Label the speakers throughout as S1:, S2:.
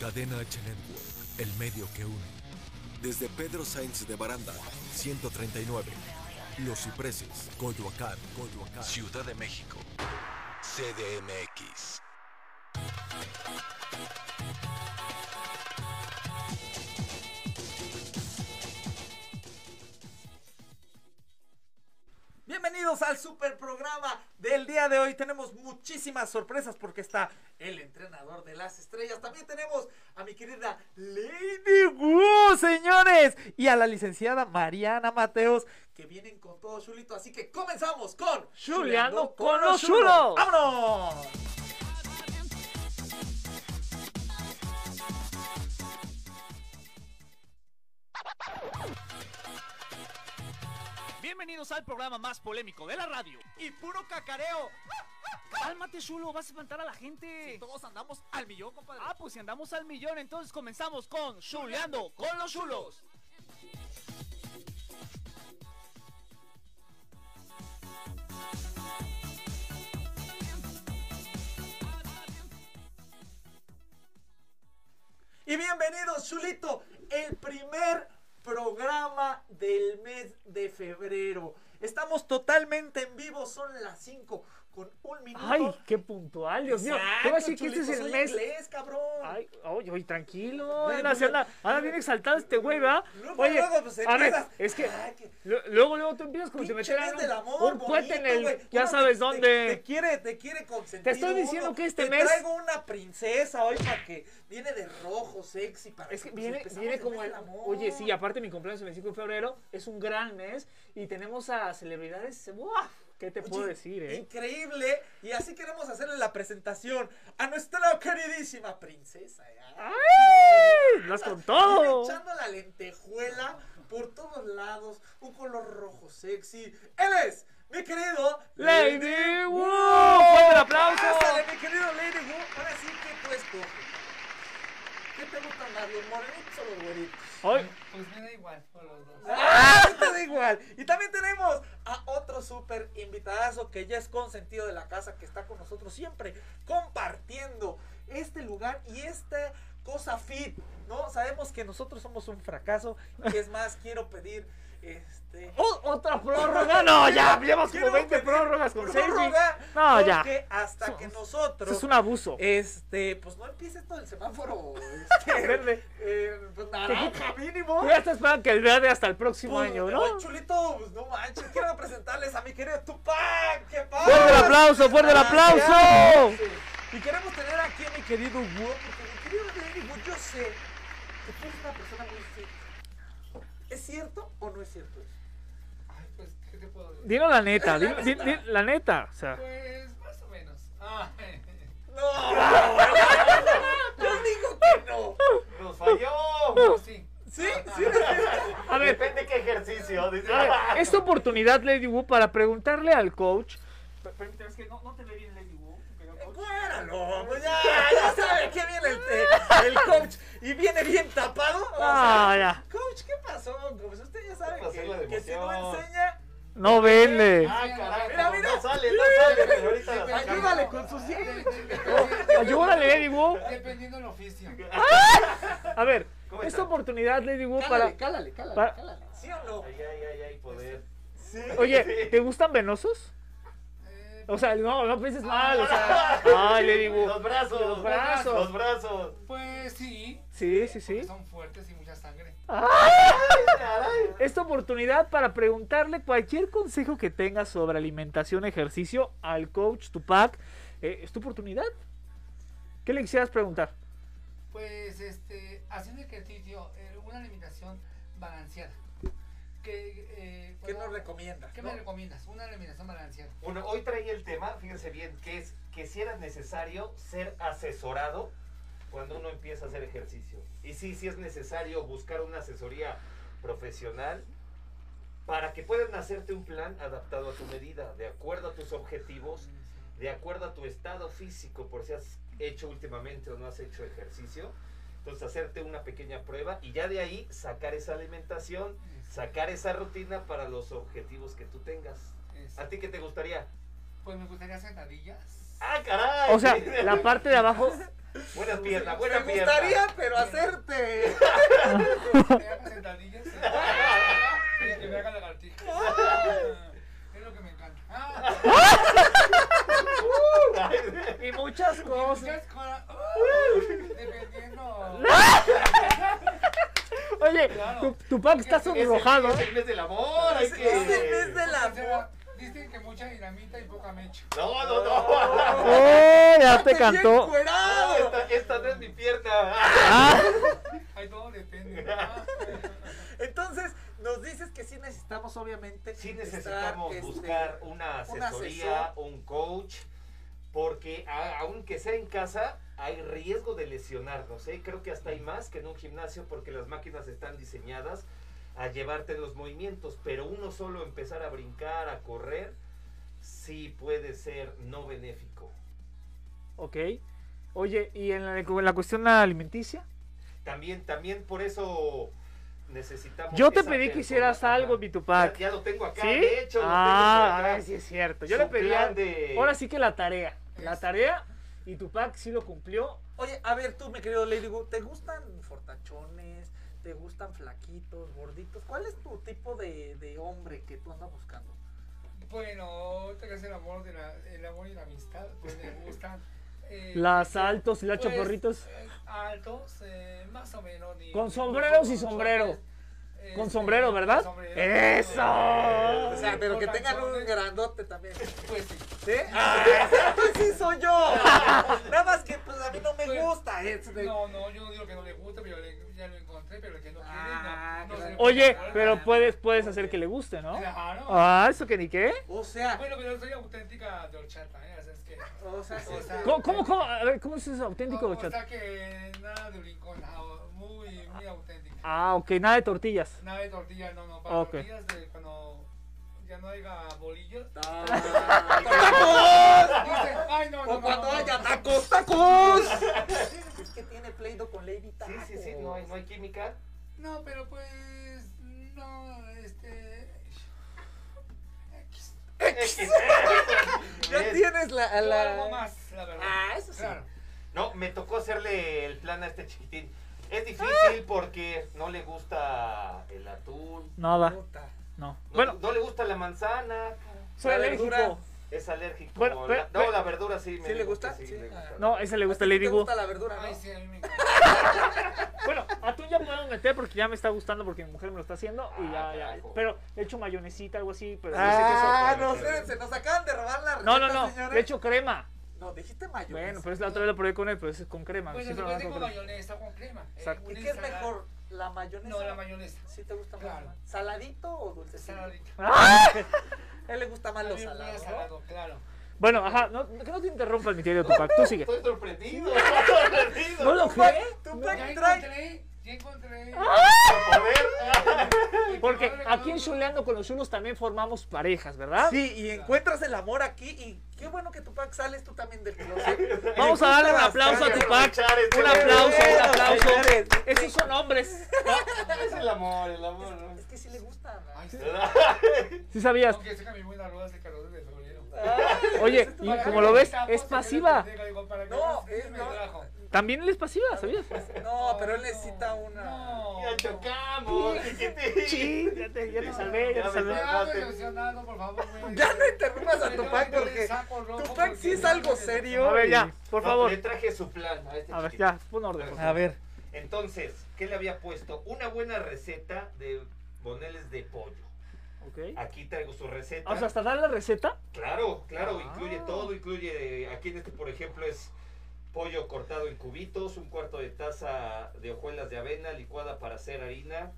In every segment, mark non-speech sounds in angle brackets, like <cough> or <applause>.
S1: Cadena H Network, el medio que une. Desde Pedro Sainz de Baranda, 139. Los Cipreses, Coyoacán, Coyoacán, Ciudad de México. CDMX.
S2: Bienvenidos al super programa del día de hoy. Tenemos muchísimas sorpresas porque está el entrenador de las estrellas. También tenemos a mi querida Lady Wu, señores, y a la licenciada Mariana Mateos que vienen con todo chulito. Así que comenzamos con
S3: Chuleando con los
S2: chulos.
S3: chulos.
S2: ¡Vámonos!
S3: Bienvenidos al programa más polémico de la radio.
S2: Y puro cacareo.
S3: Cálmate, chulo, vas a espantar a la gente.
S2: Todos andamos al millón, compadre.
S3: Ah, pues si andamos al millón, entonces comenzamos con Chuleando con los chulos.
S2: Y bienvenidos, Chulito, el primer programa del mes de febrero. Estamos totalmente en vivo, son las 5 con un minuto.
S3: Ay, qué puntual, Dios mío. Te
S2: Exacto,
S3: voy a decir que este
S2: Chulito,
S3: es el
S2: soy
S3: mes.
S2: inglés, cabrón.
S3: Ay, oye, oye, tranquilo.
S2: Bueno,
S3: Ana, se anda, anda bien exaltado este güey, ¿verdad?
S2: Luego,
S3: Oye,
S2: luego, pues,
S3: a ver,
S2: empiezas.
S3: es que
S2: Ay, que-
S3: lo- luego, luego tú empiezas como si te
S2: Pinche
S3: metieran
S2: mes del amor,
S3: un, un cohete en
S2: bonito,
S3: el,
S2: güey.
S3: ya
S2: Uno
S3: sabes
S2: te-
S3: dónde.
S2: Te, te quiere, te quiere consentir.
S3: Te estoy
S2: uno.
S3: diciendo que este
S2: Te
S3: mes-
S2: traigo una princesa hoy para que viene de rojo, sexy. Para
S3: Es que
S2: pues,
S3: viene,
S2: empezamos
S3: viene
S2: el
S3: como
S2: mes
S3: el.
S2: del amor.
S3: Oye, sí, aparte mi cumpleaños el 25 de febrero es un gran mes y tenemos a celebridades. ¡buah! ¿Qué te
S2: Oye,
S3: puedo decir, eh?
S2: Increíble. Y así queremos hacerle la presentación a nuestra queridísima princesa. ¿eh?
S3: ¡Ay! ¡Las con
S2: Viene
S3: todo!
S2: Echando la lentejuela por todos lados. Un color rojo sexy. Él es mi querido
S3: ¡Lady Wu! ¡Fuerte el aplauso!
S2: Pásale, mi querido Lady Wu. Ahora sí que tú escoges. ¿Qué te gusta más, los morenitos o los güeritos?
S3: Hoy,
S4: Pues me da igual por los dos.
S2: ¡Ah! Te da igual. Y también tenemos a otro súper invitadazo que ya es consentido de la casa, que está con nosotros siempre compartiendo este lugar y esta cosa fit, ¿no? Sabemos que nosotros somos un fracaso. Y es más, quiero pedir este.
S3: o- ¡Oh! ¡Otra
S2: <laughs>
S3: prórroga! ¡No, ya! Llevamos
S2: Quiero
S3: como 20
S2: pedir
S3: prórrogas con Sergi.
S2: prórroga,
S3: No, ya.
S2: porque hasta que
S3: Eso
S2: nosotros.
S3: es un abuso.
S2: Este, pues no empiece todo el
S3: <laughs>
S2: semáforo. Este,
S3: Verde.
S2: eh, pues naranja mínimo.
S3: Tú ya estás esperando que el verde hasta el próximo
S2: Pues,
S3: año,
S2: ay,
S3: ¿no?
S2: chulito, pues no manches, quiero presentarles a mi querido Tupac. ¡Qué padre!
S3: ¡Fuerte el aplauso! ¡Fuerte el
S2: Gracias.
S3: aplauso!
S2: Y queremos tener aquí a mi querido Wu, porque mi querido Lady Wu, yo sé que tú eres una persona muy fit. ¿Es cierto o no es cierto eso?
S4: Ay, pues, ¿qué te puedo decir?
S3: Dino la neta, dino- di- di- la neta. O sea,
S4: Pues, más o menos. Ah,
S2: ¡No! ¡Yo digo que no!
S5: ¡Nos falló!
S4: pues sí.
S2: ¿Sí? ¿Sí? eres-
S3: a ver,
S5: Depende qué ejercicio. Dice.
S3: A ver, esta oportunidad, Lady Wu, para preguntarle al coach.
S5: Permíteme, es que no, no te ve bien Lady Wu. pero-
S2: ¡Cuéralo! Pues ya, ya sabe que viene el, eh, el coach y viene bien tapado. o sea,
S3: Ah, ya.
S2: Coach, ¿qué pasó? Coach, usted ya sabe
S5: Para hacerla
S2: que,
S5: de
S2: que si no
S5: emoción.
S2: enseña,
S3: No vende.
S5: ¡Ah, carajo!
S2: Mira, mira.
S5: No sale, no sale. Pero ahorita la sacamos.
S2: ayúdale con sus
S4: De-
S2: cien.
S4: de- de-
S3: Ayúdale, Lady Wu.
S4: Dependiendo del oficio.
S3: A ver,
S5: ¿Cómo
S3: esta
S5: está?
S3: oportunidad, Lady Wu, para.
S4: Cálale, cálale, cálale,
S3: para-
S4: cálale.
S2: ¿Sí o no?
S5: Ay, ay, ay, ay, poder.
S2: Sí.
S3: Oye, ¿te gustan venosos?
S4: Eh,
S3: O sea, no, no pienses mal. O sea, ay, Lady Wu.
S5: Los brazos.
S3: Los brazos.
S5: Los brazos.
S4: Pues sí.
S3: Sí, sí, sí.
S4: porque Son fuertes y mucha sangre.
S5: Caray.
S3: Esta oportunidad para preguntarle cualquier consejo que tengas sobre alimentación, ejercicio al coach Tupac. Eh, ¿Es tu oportunidad? ¿Qué le quisieras preguntar?
S4: Pues, este, haciendo ejercicio, eh, una alimentación balanceada. Que, eh,
S2: ¿Qué
S4: bueno,
S2: nos recomiendas?
S4: ¿Qué
S2: no?
S4: me recomiendas? Una alimentación balanceada.
S5: Bueno, hoy traía el tema, fíjense bien, que es que si era necesario ser asesorado cuando uno empieza a hacer ejercicio. Y sí, sí es necesario buscar una asesoría profesional para que puedan hacerte un plan adaptado a tu medida, de acuerdo a tus objetivos, de acuerdo a tu estado físico, por si has hecho últimamente o no has hecho ejercicio. Entonces hacerte una pequeña prueba y ya de ahí sacar esa alimentación, sacar esa rutina para los objetivos que tú tengas.
S4: Es-
S5: ¿A ti qué te gustaría?
S4: Pues me gustaría sentadillas.
S5: <laughs> ¡Ah, caray!
S3: O sea, la parte de abajo
S5: Buena pierna,
S2: Me
S5: buena pierna.
S2: gustaría, pero hacerte.
S4: Que haga <laughs> sentadillas. Y que me haga lagartijas. Es lo que me encanta. Ah,
S3: Y muchas cosas.
S4: muchas cosas.
S3: <laughs>
S4: Dependiendo.
S3: Oye,
S4: Claro.
S3: tu, Tupac está
S4: Es el-
S5: Es el-
S3: sonrojado. ¿eh?
S5: Es el mes del amor, hay
S2: Es el mes
S5: que...
S2: del
S4: O
S2: amor.
S4: sea, Dicen que mucha dinamita y poca mecha.
S5: No, no,
S2: <laughs>
S5: no. <laughs>
S3: ¡Oh! Ya te
S2: Bien
S3: cantó.
S2: encuerado.
S5: Esta, esta no es mi pierna.
S3: Ah,
S4: Ahí todo depende.
S3: <laughs>
S4: Ah,
S2: Entonces, nos dices que sí necesitamos, obviamente.
S5: Sí
S2: estar,
S5: necesitamos
S2: este,
S5: buscar una
S2: un
S5: asesoría,
S2: asesor.
S5: un coach, porque a- aunque sea en casa, hay riesgo de lesionarnos. ¿eh? Creo que hasta hay más que en un gimnasio porque las máquinas están diseñadas a llevarte los movimientos, pero uno solo empezar a brincar, a correr, sí puede ser no benéfico.
S3: Ok. Oye, ¿y en la, en la cuestión alimenticia?
S5: También, también por eso necesitamos...
S3: Yo te
S5: esa
S3: pedí que
S5: persona.
S3: hicieras
S5: Ajá.
S3: algo, mi
S5: Ya,
S3: Tupac.
S5: ya lo tengo acá,
S3: ¿Sí?
S5: de hecho. lo tengo
S3: ah,
S5: por
S3: a
S5: acá.
S3: ver si es cierto. Yo
S5: Su
S3: le pedí.
S5: plan
S3: a-
S5: de-
S3: Ahora sí que la tarea. La
S4: Es-
S3: tarea. Y Tupac sí lo cumplió.
S2: Oye, a ver, tú, mi querido Lady Wu, ¿te gustan fortachones? ¿Te gustan flaquitos, gorditos? ¿Cuál es tu tipo de, de hombre que tú andas buscando?
S4: Bueno, te que es el amor, de la, el amor y la amistad. Pues me gustan. eh,
S3: Las altos y las
S4: pues,
S3: chaparritos.
S4: eh, Altos, eh, más o menos. ni-
S3: Con
S4: ni
S3: sombreros y
S4: mucho,
S3: sombrero.
S4: pues,
S3: Con
S4: este,
S3: sombrero, ¿verdad?
S4: sombrero.
S3: ¡Eso!
S2: O sea, pero que tengan un
S4: Fortachones,
S2: grandote también.
S4: Pues sí.
S2: ¿Sí? ¡Ah! pues sí soy <laughs> yo! Nada más que pues a mí no me
S4: Pues,
S2: gusta. es de-
S4: No, no, yo no digo que no le guste, pero le- ya lo encontré, pero el que no quiere,
S2: Ah,
S4: no, no
S2: claro.
S4: se le puede
S3: Oye,
S4: dar.
S3: pero puedes, puedes hacer que le guste, ¿no?
S4: Claro.
S3: Ah, eso que ni qué.
S2: O sea,
S4: Bueno, pero soy auténtica de horchata, ¿eh? Así es que.
S2: o sea, sí,
S4: O sea,
S2: sí.
S3: ¿Cómo, cómo, cómo? A ver, ¿cómo es eso? auténtico
S4: no,
S3: bachata?
S4: O sea que nada de rincón, ah, muy, muy auténtica.
S3: Ah, ok, nada de tortillas.
S4: Nada de tortilla, no, no, para
S3: Ok.
S4: tortillas de cuando ya no haya bolillos.
S2: Ah,
S4: Dicen, ay, no, no.
S2: O
S4: no,
S2: cuando
S4: no, no.
S2: haya tacos, tacos. Es que tiene pleido con Lady
S5: Sí,
S2: Tacos.
S5: sí, sí, no hay, no
S3: <laughs>
S5: hay química.
S4: No, pero pues. No, este. X.
S2: Ya tienes la. a
S4: Yo
S2: la-
S4: algo más, la verdad.
S2: Ah, eso sí.
S4: Claro.
S5: No, me tocó hacerle el plan a este chiquitín.
S3: Ah.
S5: Es difícil porque no le gusta el atún.
S3: Nada,
S2: Puta.
S3: no.
S5: No,
S3: Bueno,
S5: no le gusta la manzana.
S3: soy
S2: la
S3: alérgico.
S2: verdura.
S5: Es alérgico.
S3: Bueno, pero-
S5: La- no, la verdura sí. me
S2: ¿Sí le
S5: dijo
S2: gusta?
S5: que
S2: Sí.
S5: le gusta.
S3: No, ese le gusta
S2: ¿A ti
S3: el
S2: sí
S3: Lady
S2: te
S3: Wu.
S2: gusta la verdura,
S4: Ay,
S2: ¿no?
S4: sí, a mí me encanta.
S3: Bueno, atún ya podemos meter porque ya me está gustando porque mi mujer me lo está haciendo y ya,
S5: Ah,
S3: ya.
S5: carajo.
S3: Pero le echo mayonesita, algo así, pero...
S2: Ah,
S5: Yo
S2: no,
S5: sé que eso-
S2: espérense, nos acaban de robar la
S3: no,
S2: receta,
S3: no, no,
S2: señores.
S3: le echo crema.
S2: No, dijiste mayonesa.
S3: Bueno, pero es la otra vez lo probé con él, pero ese es con crema.
S4: Bueno,
S3: siempre
S4: se
S3: me
S4: puede
S3: van
S4: Pues con
S3: con crema.
S4: mayonesa, con crema. eh,
S3: Exacto.
S2: ¿Y
S4: una
S2: qué es
S4: ensalada.
S2: mejor? ¿La mayonesa?
S4: No, la mayonesa.
S2: ¿Sí te gusta más?
S4: Claro.
S2: ¿no? ¿Saladito o dulcecito?
S4: Saladita.
S3: ¡Ah!
S2: A él le gusta más lo
S4: También
S2: salado.
S4: muy
S2: ¿no?
S4: salado, claro.
S3: Bueno, ajá, no, que no te interrumpa mi querido Tupac, tú sigue.
S5: Estoy sorprendido. Estoy sorprendido.
S3: No lo
S2: Pues, Tupac,
S3: creo.
S2: Tupac
S4: Ya
S2: trae...
S4: encontré,
S3: <laughs>
S4: ya encontré.
S5: A ver.
S4: El
S3: Porque
S4: primero que
S3: aquí en
S4: conozco-
S3: Chuleando con los Chulos también formamos parejas, ¿verdad?
S2: Sí, y encuentras el amor aquí y qué bueno que Tupac sales tú también del closet.
S3: Vamos a darle un aplauso a Tupac.
S5: Aprovechar este
S3: Un aplauso,
S5: momento.
S3: un aplauso.
S2: Señores,
S3: Esos son hombres.
S5: Es el amor, el amor. ¿no?
S2: Es que sí le gusta. ¿no?
S4: Ay, sí.
S5: ¿Verdad?
S3: Sí sabías.
S4: Aunque saca mi buena rueda el 14 de febrero.
S3: Oye,
S2: Para
S3: y
S4: Para
S2: que
S3: como
S4: que
S3: lo
S4: me
S3: ves,
S4: tapo,
S3: es
S4: se quede
S3: pasiva.
S4: pendeja, digo, para que
S2: No,
S4: se quede
S2: es-
S4: me
S2: no.
S4: trajo.
S3: También él es pasiva, ¿sabías?
S2: No, pero él
S4: no.
S2: necesita una.
S4: No.
S5: Ya chocamos, chiquitín.
S3: Sí, ya te, ya te salvé, ya
S5: Ya
S3: te salvé.
S5: me salvé.
S4: Ya ando ilusionado, por
S2: <laughs>
S4: favor, güey.
S2: Ya no interrumpas a
S4: Me
S2: Tupac
S4: tengo que
S2: porque
S4: saco rojo
S2: Tupac sí
S4: porque
S2: es algo
S4: no me-
S2: serio.
S3: A ver, ya, por
S5: No,
S3: favor.
S5: Le traje su plan a este
S3: A ver,
S5: chiquitín.
S3: ya, pon orden. por favor.
S2: ver.
S5: Entonces, ¿qué le había puesto? Una buena receta de boneles de pollo.
S3: Ok. Ah,
S5: Aquí traigo su receta.
S3: O sea, hasta dar la receta.
S5: Claro, claro,
S3: Ah.
S5: incluye todo, incluye, eh, aquí en este, por ejemplo, es pollo cortado en cubitos, un cuarto de taza de hojuelas de avena licuada para hacer harina,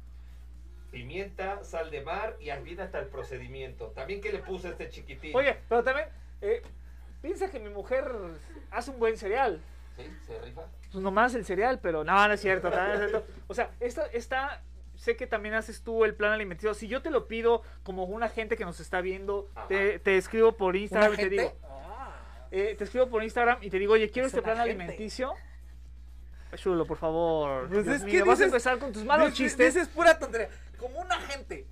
S5: pimienta, sal de mar y bien hasta el procedimiento. También que le puse a este chiquitín.
S3: Oye, pero también, eh, piensa que mi mujer hace un buen cereal.
S5: ¿Sí? ¿Se rifa?
S3: Pues nomás el cereal, pero no, no es cierto, no es cierto. O sea, esta, esta, sé que también haces tú el plan alimenticio. Si yo te lo pido como una gente que nos está viendo, te, te escribo por Instagram y te digo,
S2: Ah.
S3: eh, te escribo por Instagram y te digo, oye, quiero
S2: Es
S3: este
S2: una
S3: plan
S2: gente.
S3: alimenticio. Chulo, por favor.
S2: Pues
S3: Dios
S2: es
S3: mío,
S2: que
S3: vas a
S2: dices-
S3: empezar con tus malos
S2: Dices-
S3: chistes.
S2: Dices pura tontería. Como un agente.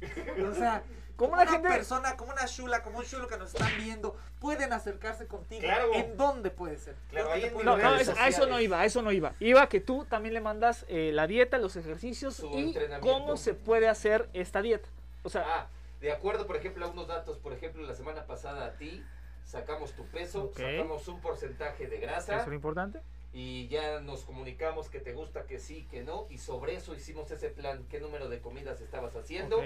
S2: O sea,
S3: ¿Cómo
S2: como
S3: la
S2: una
S3: gente-
S2: persona, como una shula, como un shulo que nos están viendo, pueden acercarse contigo.
S5: Claro.
S2: ¿En dónde puede ser?
S5: Claro,
S2: ¿Dónde
S5: ahí en
S2: puede
S3: No,
S2: ser?
S3: no, es-
S5: redes
S3: a eso
S5: sociales.
S3: no iba, a eso no iba. Iba que tú también le mandas eh, la dieta, los ejercicios
S5: Su
S3: y
S5: entrenamiento.
S3: cómo se puede hacer esta dieta. O sea,
S5: Ah, de acuerdo, por ejemplo, a unos datos. Por ejemplo, la semana pasada a ti sacamos tu peso,
S3: Ok.
S5: sacamos un porcentaje de grasa.
S3: eso es lo importante.
S5: y ya nos comunicamos que te gusta, que sí, que no, y sobre eso hicimos ese plan, qué número de comidas estabas haciendo,
S3: Ok,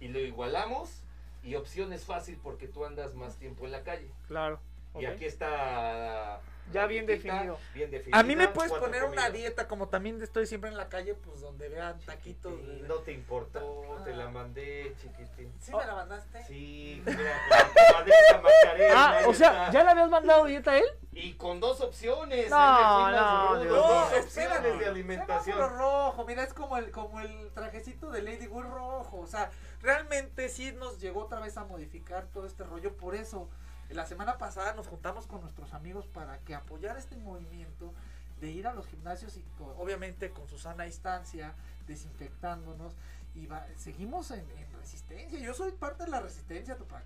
S5: y lo igualamos, y opción es fácil porque tú andas más tiempo en la calle.
S3: claro. ok.
S5: Y aquí está...
S3: Ya
S5: la
S3: bien
S5: dietita,
S3: definido.
S5: bien definida,
S2: A mí me puedes
S5: cuatro
S2: poner una
S5: comidas.
S2: dieta, como también estoy siempre en la calle, pues donde vean taquitos.
S5: Y
S2: de-
S5: no te importó, te la mandé, chiquitín.
S2: ¿Sí me la mandaste?
S5: Sí, mira, con- te mandé esta macarena,
S3: Ah,
S5: ahí
S3: o sea,
S5: está.
S3: ¿ya le habías mandado dieta a él?
S5: Y con dos opciones.
S3: No,
S5: ahí me fui más
S3: no,
S5: rudo,
S3: Dios
S5: dos
S2: mío.
S5: opciones de
S2: Espérate. Semáforo
S5: alimentación.
S2: rojo, mira, es como el, como el trajecito de Lady Bull rojo. O sea, realmente sí nos llegó otra vez a modificar todo este rollo. Por eso, la semana pasada nos juntamos con nuestros amigos para que apoyar este movimiento de ir a los gimnasios y co- obviamente con Susana a distancia, desinfectándonos. Y va- seguimos en, en resistencia. Yo soy parte de la resistencia, Tupac.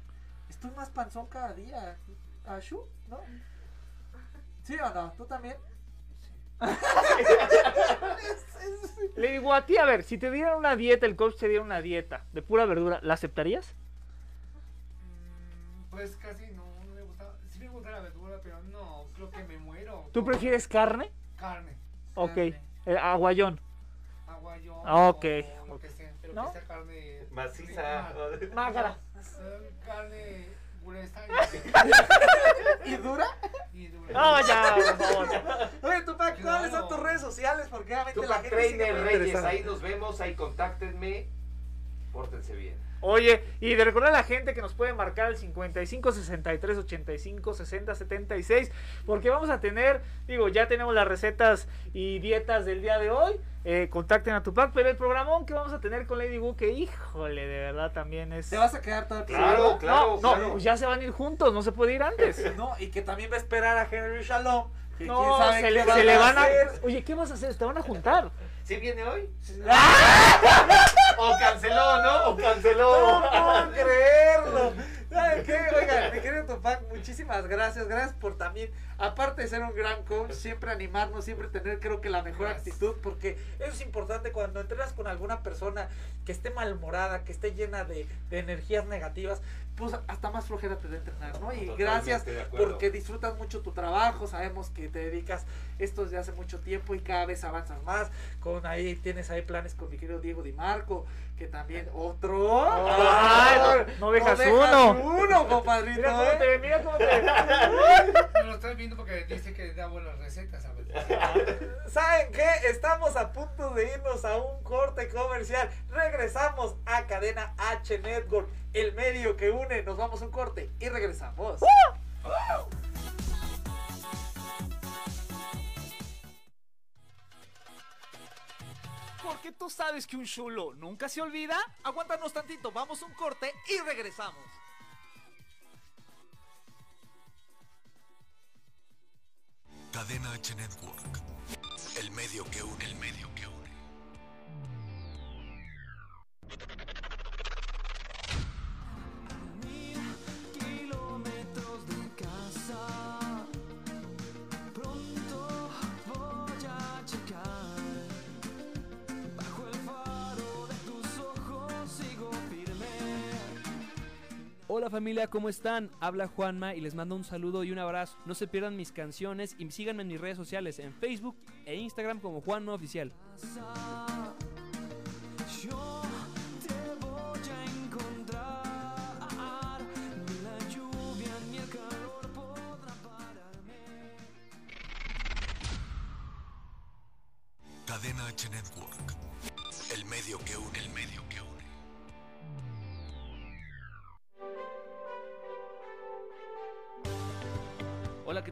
S2: Estoy más panzón cada día. ¿Ashu? ¿No? ¿Sí o no? ¿Tú también? Es- es-
S3: Le digo a ti, a ver, si te dieran una dieta, el coach te diera una dieta de pura verdura, ¿la aceptarías?
S4: Mm, Pues casi no, no me gusta. Sí me gusta la verdura, pero no, creo que me muero.
S3: ¿Tú prefieres carne?
S4: Carne,
S3: Ok.
S2: Carne.
S3: eh, aguayón.
S4: aguayón.
S3: Ah, ok,
S4: O lo que sea, pero
S3: ¿No?
S4: que sea carne.
S5: Maciza.
S4: rica,
S3: Mágara.
S4: eh, Carne gruesa
S2: ¿Y dura?
S3: <laughs>
S4: y, y dura.
S3: Ah, ya, por favor.
S2: Oye, Tupac, ¿cuáles
S4: Claro.
S2: son tus redes sociales? Porque obviamente la
S5: Tupac
S2: gente sí que
S5: Trainer
S2: puede
S5: Reyes,
S2: interesar.
S5: ahí nos vemos, ahí contáctenme. Pórtense bien.
S3: Oye, y de recordar a la gente que nos puede marcar el 55 63 85 60 76, porque vamos a tener, digo, ya tenemos las recetas y dietas del día de hoy. eh, contacten a Tupac, pero el programón que vamos a tener con Lady Wu, que híjole, de verdad también es.
S2: Te vas a quedar todo el
S5: Claro,
S2: programa?
S5: claro,
S3: no, no,
S5: claro.
S3: pues ya se van a ir juntos, no se puede ir antes.
S2: No, y que también va a esperar a Henry Shalom. que quién
S3: No,
S2: sabe
S3: se, le,
S2: qué
S3: se le van a.
S2: hacer.
S3: Oye, ¿qué vas a hacer? Te van a juntar.
S5: ¿Sí viene hoy?
S2: ¡Ah!
S5: <laughs> O canceló, ¿no? O canceló. <laughs>
S2: No puedo creerlo. ¿Saben qué? Oigan, mi querido Tupac, muchísimas gracias. Gracias por también, aparte de ser un gran coach, siempre animarnos, siempre tener, creo que, la mejor
S4: Gracias.
S2: actitud, porque eso es importante cuando entrenas con alguna persona que esté malhumorada, que esté llena de, de energías negativas, pues hasta más flojera te da entrenar, ¿no? Y
S5: Totalmente
S2: gracias
S5: de acuerdo.
S2: porque disfrutas mucho tu trabajo, sabemos que te dedicas esto desde hace mucho tiempo y cada vez avanzas más. Con ahí tienes ahí planes con mi querido Diego Di Marco, que también otro.
S3: Ah. Ay, no dejas uno.
S2: Ah, uno, compadrito.
S3: Mira cómo te
S2: ¿eh?
S3: ve, mira cómo te ve.
S4: No lo estoy viendo porque dice que da buenas recetas
S3: <laughs>
S4: a veces.
S2: ¿Saben qué? Estamos a punto de irnos a un corte comercial. Regresamos a Cadena H Network, el medio que une. Nos vamos a un corte y regresamos.
S3: Uh. Porque tú sabes que un chulo nunca se olvida.
S2: Aguántanos tantito, vamos a un corte y regresamos.
S1: Cadena H Network. El medio que une. El medio que une.
S6: Hola familia, ¿cómo están? Habla Juanma y les mando un saludo y un abrazo. No se pierdan mis canciones y síganme en mis redes sociales, en Facebook e Instagram como Juanma Oficial.
S1: Cadena H Network. El medio que une. El medio que une.
S7: Hola, ¿qué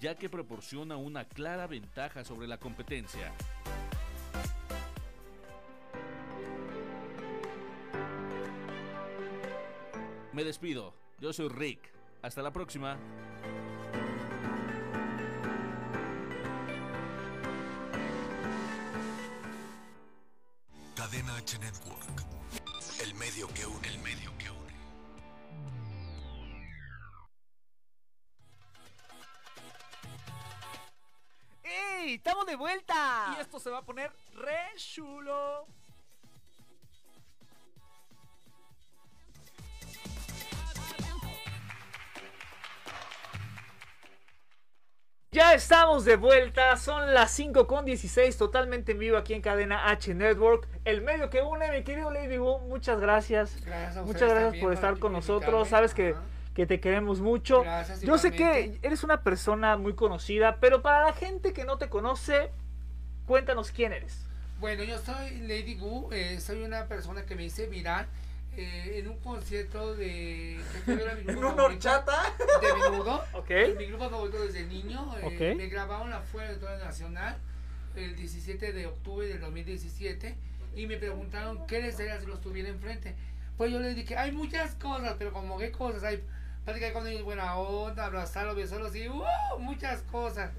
S7: ya que proporciona una clara ventaja sobre la competencia. Me despido. Yo soy Rick. Hasta la próxima.
S1: Cadena H Network. El medio que une. El medio que une.
S8: ¡Ey! ¡Estamos de vuelta!
S3: Y esto se va a poner re chulo. Ya estamos de vuelta, son las 5 con 16, totalmente en vivo aquí en Cadena H Network, el medio que une, mi querido Lady Wu, muchas gracias.
S4: Gracias a
S3: Muchas
S4: ustedes
S3: gracias
S4: también
S3: por estar con
S4: invitarme.
S3: nosotros, sabes que,
S4: Ajá.
S3: que te queremos mucho.
S4: Gracias,
S3: Yo sé que
S4: igualmente.
S3: eres una persona muy conocida, pero para la gente que no te conoce, cuéntanos quién eres.
S4: Bueno, yo soy Lady Gu, eh, soy una persona que me hice viral eh, en un concierto de... que fue
S3: <laughs>
S4: de mi
S2: En
S4: grupo
S2: una
S4: favorito,
S2: horchata.
S4: De menudo.
S3: ¿Ok?
S4: Mi grupo favorito desde niño. eh,
S3: Ok.
S4: Me grabaron afuera del Auditorio Nacional el 17 de octubre del 2017 y me preguntaron qué les haría si los tuviera enfrente. Pues yo les dije, hay muchas cosas, pero como qué cosas hay. Platicar con ellos buena onda, abrazarlos, besarlos y ¡wow! ¡uh! muchas cosas.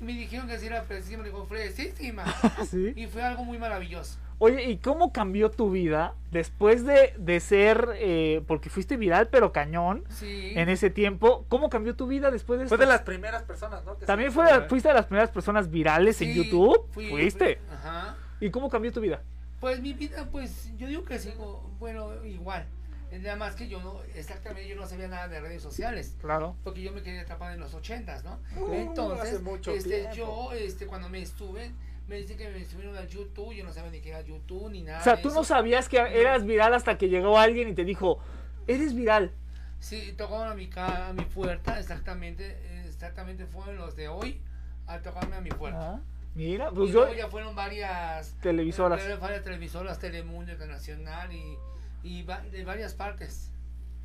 S4: Y me dijeron que si era fresísima, le
S3: <laughs>
S4: digo, fresísima.
S3: Sí.
S4: y fue algo muy maravilloso.
S3: Oye, ¿y cómo cambió tu vida después de, de ser, eh, porque fuiste viral, pero cañón
S4: Sí.
S3: en ese tiempo? ¿Cómo cambió tu vida después de
S2: Fue
S3: eso?
S2: de las primeras personas, ¿no? Que
S3: También
S2: se-
S3: fue de la- fuiste de las primeras personas virales en
S4: Sí,
S3: YouTube.
S4: fui-
S3: Fuiste.
S4: fui- ajá.
S3: ¿Y cómo cambió tu vida?
S4: Pues mi vida, pues yo digo que sigo, bueno, igual. Nada más que yo no, exactamente yo no sabía nada de redes sociales,
S3: Claro.
S4: porque yo me quedé atrapado en los ochentas, ¿no?
S2: Uh,
S4: Entonces,
S2: hace mucho
S4: este,
S2: tiempo.
S4: yo, este, cuando me estuve, me dicen que me subieron a YouTube, yo no sabía ni qué era YouTube ni nada.
S3: O sea,
S4: de
S3: tú
S4: eso.
S3: no sabías que eras viral hasta que llegó alguien y te dijo, eres viral.
S4: Sí, tocaron a mi, ca- a mi puerta, exactamente, exactamente fueron los de hoy a tocarme a mi puerta.
S3: Ah, mira,
S4: Y
S3: pues yo...
S4: luego ya fueron varias
S3: Televisoras.
S4: eh, varias televisoras, Telemundo Internacional y, y va- de varias partes.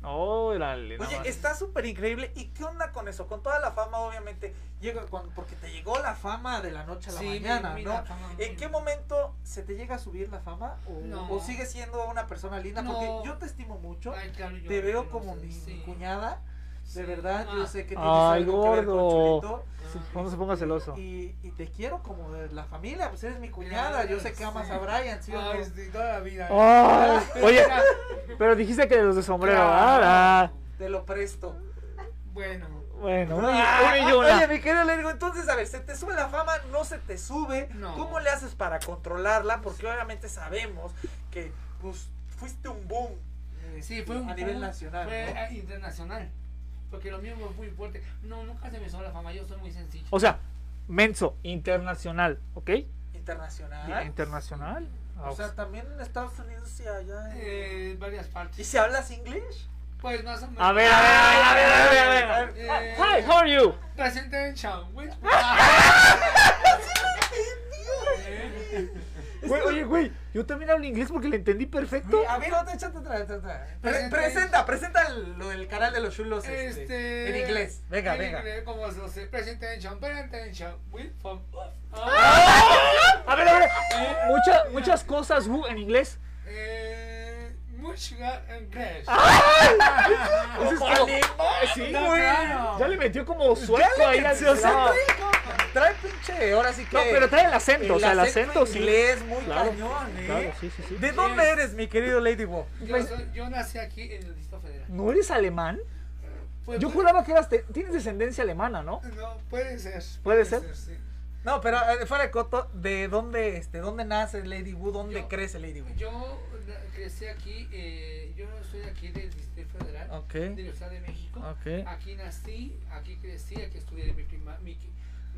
S3: Órale, no
S2: Oye,
S3: más.
S2: está súper increíble. ¿Y qué onda con eso? Con toda la fama, obviamente, llega cuando, porque te llegó la fama de la noche a la
S4: Sí, mi-
S2: mañana,
S4: mi-
S2: ¿no?
S4: la fama,
S2: ¿En
S4: mi-
S2: qué momento se te llega a subir la fama? ¿O,
S4: No.
S2: o sigues siendo una persona linda?
S4: No.
S2: Porque yo te estimo mucho.
S4: Ay, claro, yo-
S2: te veo
S4: yo
S2: como
S4: no sé,
S2: mi,
S4: sí.
S2: mi cuñada. De
S4: Sí.
S2: verdad, yo
S4: Ah,
S2: sé que tienes
S3: Ay,
S2: algo que ver con
S3: gordo.
S2: Chulito.
S3: No se ponga celoso.
S2: Y, y te quiero como de la familia, pues eres mi cuñada. Yo sé que amas
S4: Sí.
S2: a Brian, ¿sí o no?
S4: Ay, sí, toda la vida.
S3: Ay, oye, pero dijiste que de los de sombrero. ah, ¿verdad?
S2: Te lo presto.
S4: Bueno,
S3: Bueno, un
S2: Ah,
S3: y una.
S2: Oye, mi querido Lergo, entonces, a ver, ¿se te sube la fama? ¿No se te sube?
S4: No.
S2: ¿Cómo le haces para controlarla? Porque obviamente sabemos que pues, fuiste un boom. eh,
S4: sí, fue un
S2: A nivel nacional.
S4: Fue
S2: ¿no?
S4: eh, internacional. Porque lo mío fue muy fuerte. No, nunca se me hizo la fama, yo soy muy sencillo.
S3: O sea, menso, internacional, ¿ok?
S2: Internacional.
S3: Internacional. Ah,
S2: O sea, también en Estados Unidos y allá. en-
S4: Eh, varias
S2: ¿Y
S4: partes.
S2: si hablas inglés?
S4: Pues más o menos.
S3: a ver, a ver, a ver, a ver, a ver, a ver.
S4: Eh,
S3: Hi, how are you?
S4: Presentation.
S3: <laughs>
S4: güey. Eh,
S3: Güey, oye, güey, yo también hablo inglés porque le entendí perfecto.
S2: Güey, A ver, otra, échate otra, otra, otra. Pre-
S4: Presenta-
S2: presenta, presenta el, lo del canal de los chulos. Este,
S4: Este.
S2: En inglés. Venga,
S4: en
S2: venga.
S4: inglés, como se dice, Presentation, presentation. with from- ah,
S3: A ver, a ver. Mucha- muchas cosas who, en inglés.
S4: Eh, mucho inglés.
S3: Ese es como- eh, Sí,
S4: No,
S3: güey.
S4: claro.
S3: Ya le metió como suelto ahí al
S2: O sea,
S3: no.
S2: trae, trae pinche, ahora sí que.
S3: No, pero trae el acento, o sea, el acento sí.
S2: inglés muy
S3: Claro,
S2: cañón, ¿eh?
S3: Claro, sí, sí, sí.
S2: ¿De dónde eres, mi querido Lady Bo?
S4: Yo, soy- yo nací aquí en el Distrito Federal.
S3: ¿No eres alemán?
S4: Pues,
S3: Yo
S4: pues,
S3: juraba que eras. te- Tienes descendencia alemana, ¿no?
S4: No, puede ser.
S3: ¿Puede ser?
S4: sí.
S2: No, pero eh, fuera de coto, ¿de dónde, este, dónde nace Lady Wu? ¿Dónde
S4: Yo-
S2: crece Lady Wu?
S4: Yo na- crecí aquí, eh, yo soy aquí del Distrito Federal,
S2: Ok.
S4: de la Ciudad de México.
S2: Ok.
S4: Aquí nací, aquí crecí, aquí estudié mi, prima- mi,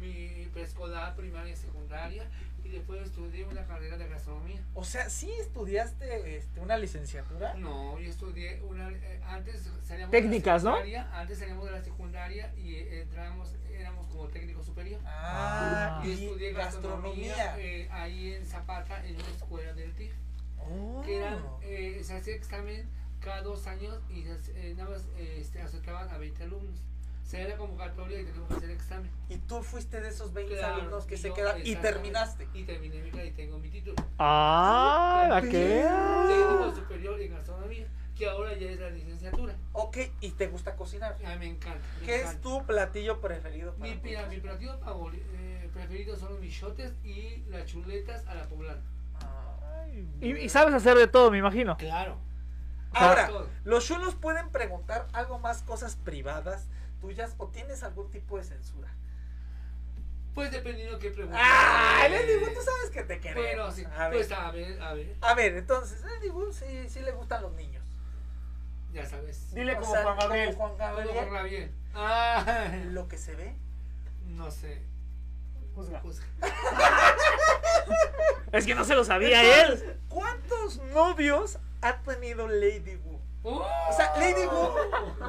S4: mi preescolar, primaria y secundaria y después estudié una carrera de gastronomía.
S2: O sea, ¿sí estudiaste este, una licenciatura?
S4: No, yo estudié una, eh, antes salíamos
S3: Técnicas,
S4: de
S3: ¿no?
S4: la secundaria, antes salíamos de la secundaria y eh, entramos, éramos como técnico superior.
S2: Ah,
S3: Ah.
S4: Yo
S2: y
S4: estudié gastronomía
S2: gastronomía.
S4: eh, ahí en Zapata, en una escuela del TIF. que eran,
S2: Oh.
S4: eh, se hacía examen cada dos años y se hace- eh, nada más eh, este, aceptaban a 20 alumnos. Se da la convocatoria y tenemos que hacer examen.
S2: Y tú fuiste de esos 20
S4: Claro,
S2: alumnos que
S4: y
S2: se
S4: yo,
S2: quedan y
S4: exactamente,
S2: terminaste.
S4: Y terminé mi carrera y tengo mi título.
S3: Ah, la que.
S4: Técnico superior en gastronomía, que ahora ya es la licenciatura.
S2: Ok, y te gusta cocinar.
S4: A mí me encanta. me
S2: ¿Qué es
S4: encanta.
S2: tu platillo preferido? para
S4: Mi,
S2: ti?
S4: mira, mi platillo favori- eh, preferido son los bichotes y las chuletas a la poblana.
S2: Ay,
S3: Y, y sabes hacer de todo, me imagino.
S4: Claro.
S2: Ahora,
S4: Todo.
S2: los chulos pueden preguntar algo más cosas privadas tuyas o tienes algún tipo de censura.
S4: Pues dependiendo qué preguntas.
S2: ¡Ah! Lady Wu, tú sabes que te queremos.
S4: Bueno, sí.
S2: a, ver,
S4: Pues a ver, a ver.
S2: a ver, entonces, Lady Wu sí, sí le gustan los niños.
S4: Ya sabes.
S3: Dile
S2: O
S3: como
S2: sea,
S3: Juan Gabriel.
S2: como Juan
S4: Todo
S2: Gabriel,
S4: por la bien. Ah,
S2: Lo que se ve.
S4: no sé.
S3: Juzga.
S4: Pues,
S3: Es que no se lo sabía él.
S2: Entonces, ¿Cuántos novios ha tenido Lady Wu?
S4: ¡Uh!
S2: O sea, Lady Wu.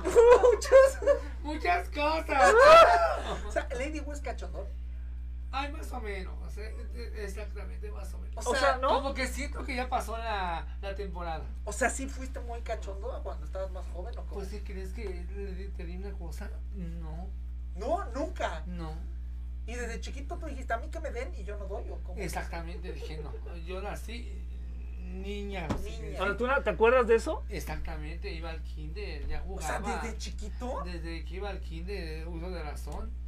S2: Muchos.
S4: Muchas cosas. ¡Uh!
S2: O sea, Lady Wu es cachondón.
S4: Ay, más o menos. eh, eh, Exactamente, más o menos.
S2: O
S3: O
S2: sea,
S3: sea, ¿no?
S4: Como que siento que ya pasó la, la temporada.
S2: O sea, sí fuiste muy cachondón cuando estabas más joven o cómo?
S4: Pues si crees que le di- te di una cosa, no,
S2: No, nunca.
S4: no.
S2: Y desde chiquito tú dijiste, a mí que me den y yo no doy o cómo?
S4: Exactamente, dije no. Yo nací eh, niña. así que-
S2: Niña.
S3: Ahora, ¿tú no- te acuerdas de eso?
S4: Exactamente, iba al kinder, ya
S2: O sea,
S4: jugaba.
S2: desde chiquito. Ah,
S4: Desde que iba al kinder, uso de razón.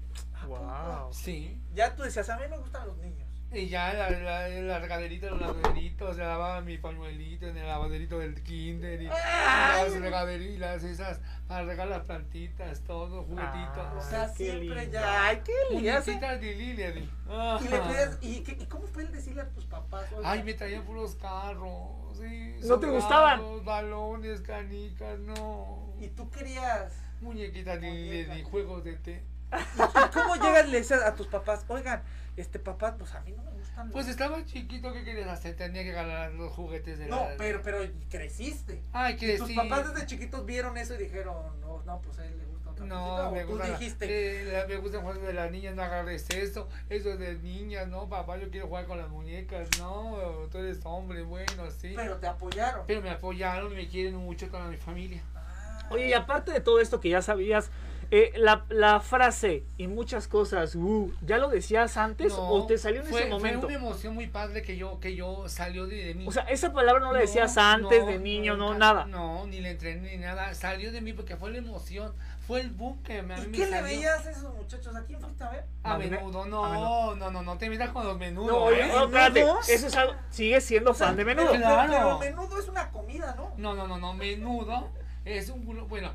S3: Wow.
S4: Sí.
S2: Ya tú decías, a mí me gustan los niños.
S4: Y ya la, la, la regaderita, los lavaderitos, ya lavaba mi pañuelito en el lavaderito del kinder y las regaderitas, esas, para regar las plantitas, todo, juguetitos.
S2: O
S3: Ah.
S2: sea,
S3: Ay, qué
S2: siempre
S3: lindo.
S2: ya. Ay, qué lindo.
S4: Muñequitas de Lilia. de-
S2: Y le pedías, ¿y, qué- y cómo fue el decirle a tus papás? oiga?
S4: Ay, me traían puros carros. Sí,
S3: ¿No te gustaban?
S4: soldados, Balones, canicas, no.
S2: Y tú querías.
S4: Muñequitas de Lilia, y
S2: Muñecas.
S4: juegos de té.
S2: ¿Y cómo llegas y le dices a tus papás, oigan, este papá, pues a mí no me gustan los
S4: Pues estaba chiquito, ¿qué querías hacer? Tenía que ganar los juguetes de
S2: No,
S4: la-
S2: pero, pero creciste.
S4: Ay, que
S2: Tus
S4: sí.
S2: papás desde chiquitos vieron eso y dijeron, no, no, pues a él le gusta otra
S4: No,
S2: cosita", o
S4: me
S2: tú
S4: gusta, la-
S2: dijiste,
S4: eh, la- me gusta jugar de las niñas, no agarres eso, eso es de niñas, no, papá, yo quiero jugar con las muñecas, no, tú eres hombre, bueno, sí. Pero,
S2: pero te apoyaron.
S4: me apoyaron y me quieren mucho toda mi familia.
S2: Ah,
S3: Oye, y aparte de todo esto que ya sabías, eh, la, la frase y muchas cosas, uh, ¿ya lo decías antes
S4: No,
S3: o te salió en
S4: fue,
S3: ese momento?
S4: Fue una emoción muy padre que yo, que yo salió de, de mí.
S3: O sea, esa palabra no la decías antes de niño, no,
S4: nunca,
S3: nada.
S4: No, ni le entrené ni nada, salió de mí porque fue la emoción, fue el boom que me a mí
S2: ¿Y
S4: me
S2: qué le
S4: salió.
S2: veías a esos muchachos? ¿A quién fuiste a ver?
S4: A
S3: A mí me-
S4: menudo,
S3: a
S4: no,
S3: menudo.
S4: no, no, no te metas con los menudos.
S3: No, oye,
S4: ¿eh?
S3: no, espérate,
S2: ¿menudo?
S3: eso es algo, sigue siendo
S2: O sea,
S3: fan de
S2: pero-
S3: menudo.
S2: pero- Pero,
S4: Claro.
S2: menudo es una comida, ¿no?
S4: No, no, no, no, menudo es un grupo, bueno,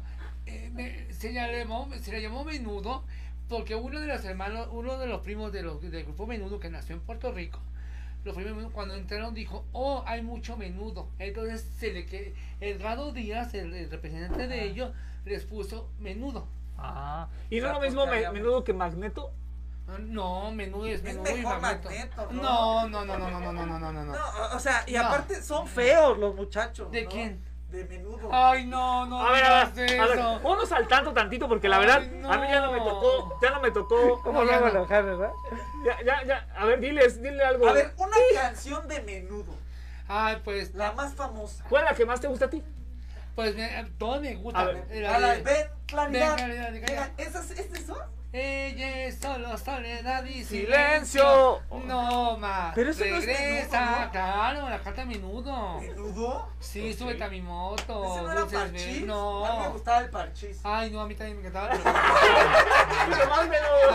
S4: eh, me- se, le llamó, se le llamó menudo porque uno de los hermanos, uno de los primos de los, del grupo menudo que nació en Puerto Rico, los primos Menudo, cuando entraron dijo, oh, hay mucho menudo. Entonces se le que Edgardo Díaz, el, el representante de ellos, les puso menudo.
S3: Ah, y
S4: O
S3: no
S4: sea,
S3: lo mismo
S4: porque
S3: me-
S4: había-
S3: menudo que Magneto.
S4: No, menudo es
S2: Es
S4: menudo y
S2: mejor
S4: Magneto.
S2: Magneto, ¿no?
S4: No, no, no, no, no, no, no, no, no, no, no.
S2: No, o sea, y
S4: No.
S2: aparte son feos los muchachos.
S4: ¿De
S2: ¿no?
S4: quién? Ah,
S2: De menudo.
S4: Ay, no, no.
S3: A ver, a
S4: digas
S3: ver, a ver,
S4: eso.
S3: ponnos al tanto tantito porque la
S4: Ay,
S3: verdad,
S4: no.
S3: a mí ya no me tocó, ya no me tocó.
S4: ¿Cómo lo hago
S3: enojar, verdad? Ya, ya, ya, a ver, diles, dile algo.
S2: A ver, una canción de menudo.
S4: Ay, pues
S2: La más famosa.
S3: ¿Cuál es la que más te gusta a ti?
S4: Pues me, todo me gusta.
S3: A ver,
S4: La
S2: a la
S4: de-
S2: ven claridad.
S4: Ven claridad, ven claridad.
S2: Mira, ¿esas, ¿Es eso?
S4: Ella es solo soledad y
S3: Silencio.
S4: silencio. No más.
S2: Oh. Pero eso no es
S4: Regresa,
S2: menudo, ¿no?
S4: claro, la carta a menudo.
S2: ¿Menudo?
S4: Sí, súbete a mi moto.
S2: ¿Ese no era
S4: dulces
S2: parchís?
S4: ver-
S2: A mí me
S4: No. Ah.
S2: gustaba el parchís.
S4: Ay, no, a mí también me encantaba. pero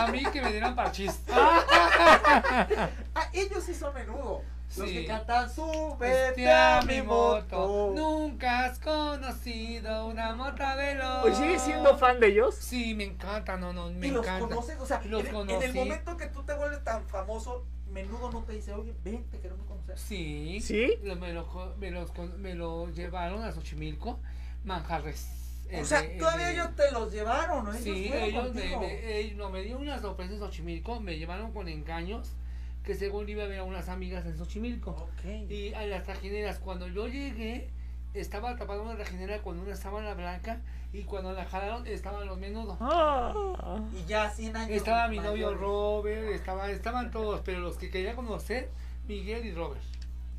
S2: <laughs>
S4: a mí que me dieran parchís.
S2: Ah, ellos sí son menudo. Los que
S4: Sí. Este
S2: cantan, súbete
S4: Vete
S2: a mi moto.
S4: Nunca has conocido una mota de los.
S3: ¿Oye, ¿Sigues siendo fan de ellos?
S4: Sí, me encanta, no, no, me
S2: y los
S4: encanta.
S2: conoces, o sea,
S4: Los
S2: en, en el
S4: conocí.
S2: momento que tú te vuelves tan famoso, menudo no te dice, oye, ven, te queremos conocer.
S4: Sí.
S3: ¿Sí?
S4: Lo- me, lo, co- me, los con- me lo llevaron a Xochimilco, Manjarres.
S2: O
S4: El
S2: sea,
S4: de- el
S2: todavía
S4: de-
S2: ellos te los llevaron, ¿o ellos eh,
S4: Sí,
S2: fueron
S4: ellos me,
S2: contigo?
S4: me- ellos- no, me dieron una sorpresa en Xochimilco, me llevaron con engaños que según iba a ver a unas amigas en Xochimilco.
S2: Ok.
S4: Y a las trajineras, cuando yo llegué, estaba atrapada una trajinera con una sábana blanca y cuando la jalaron estaban los menudos.
S3: Ah.
S2: Y ya 100 años.
S4: Estaba mi novio
S2: mayores.
S4: Robert, estaba, estaban todos, pero los que quería conocer, Miguel y Robert.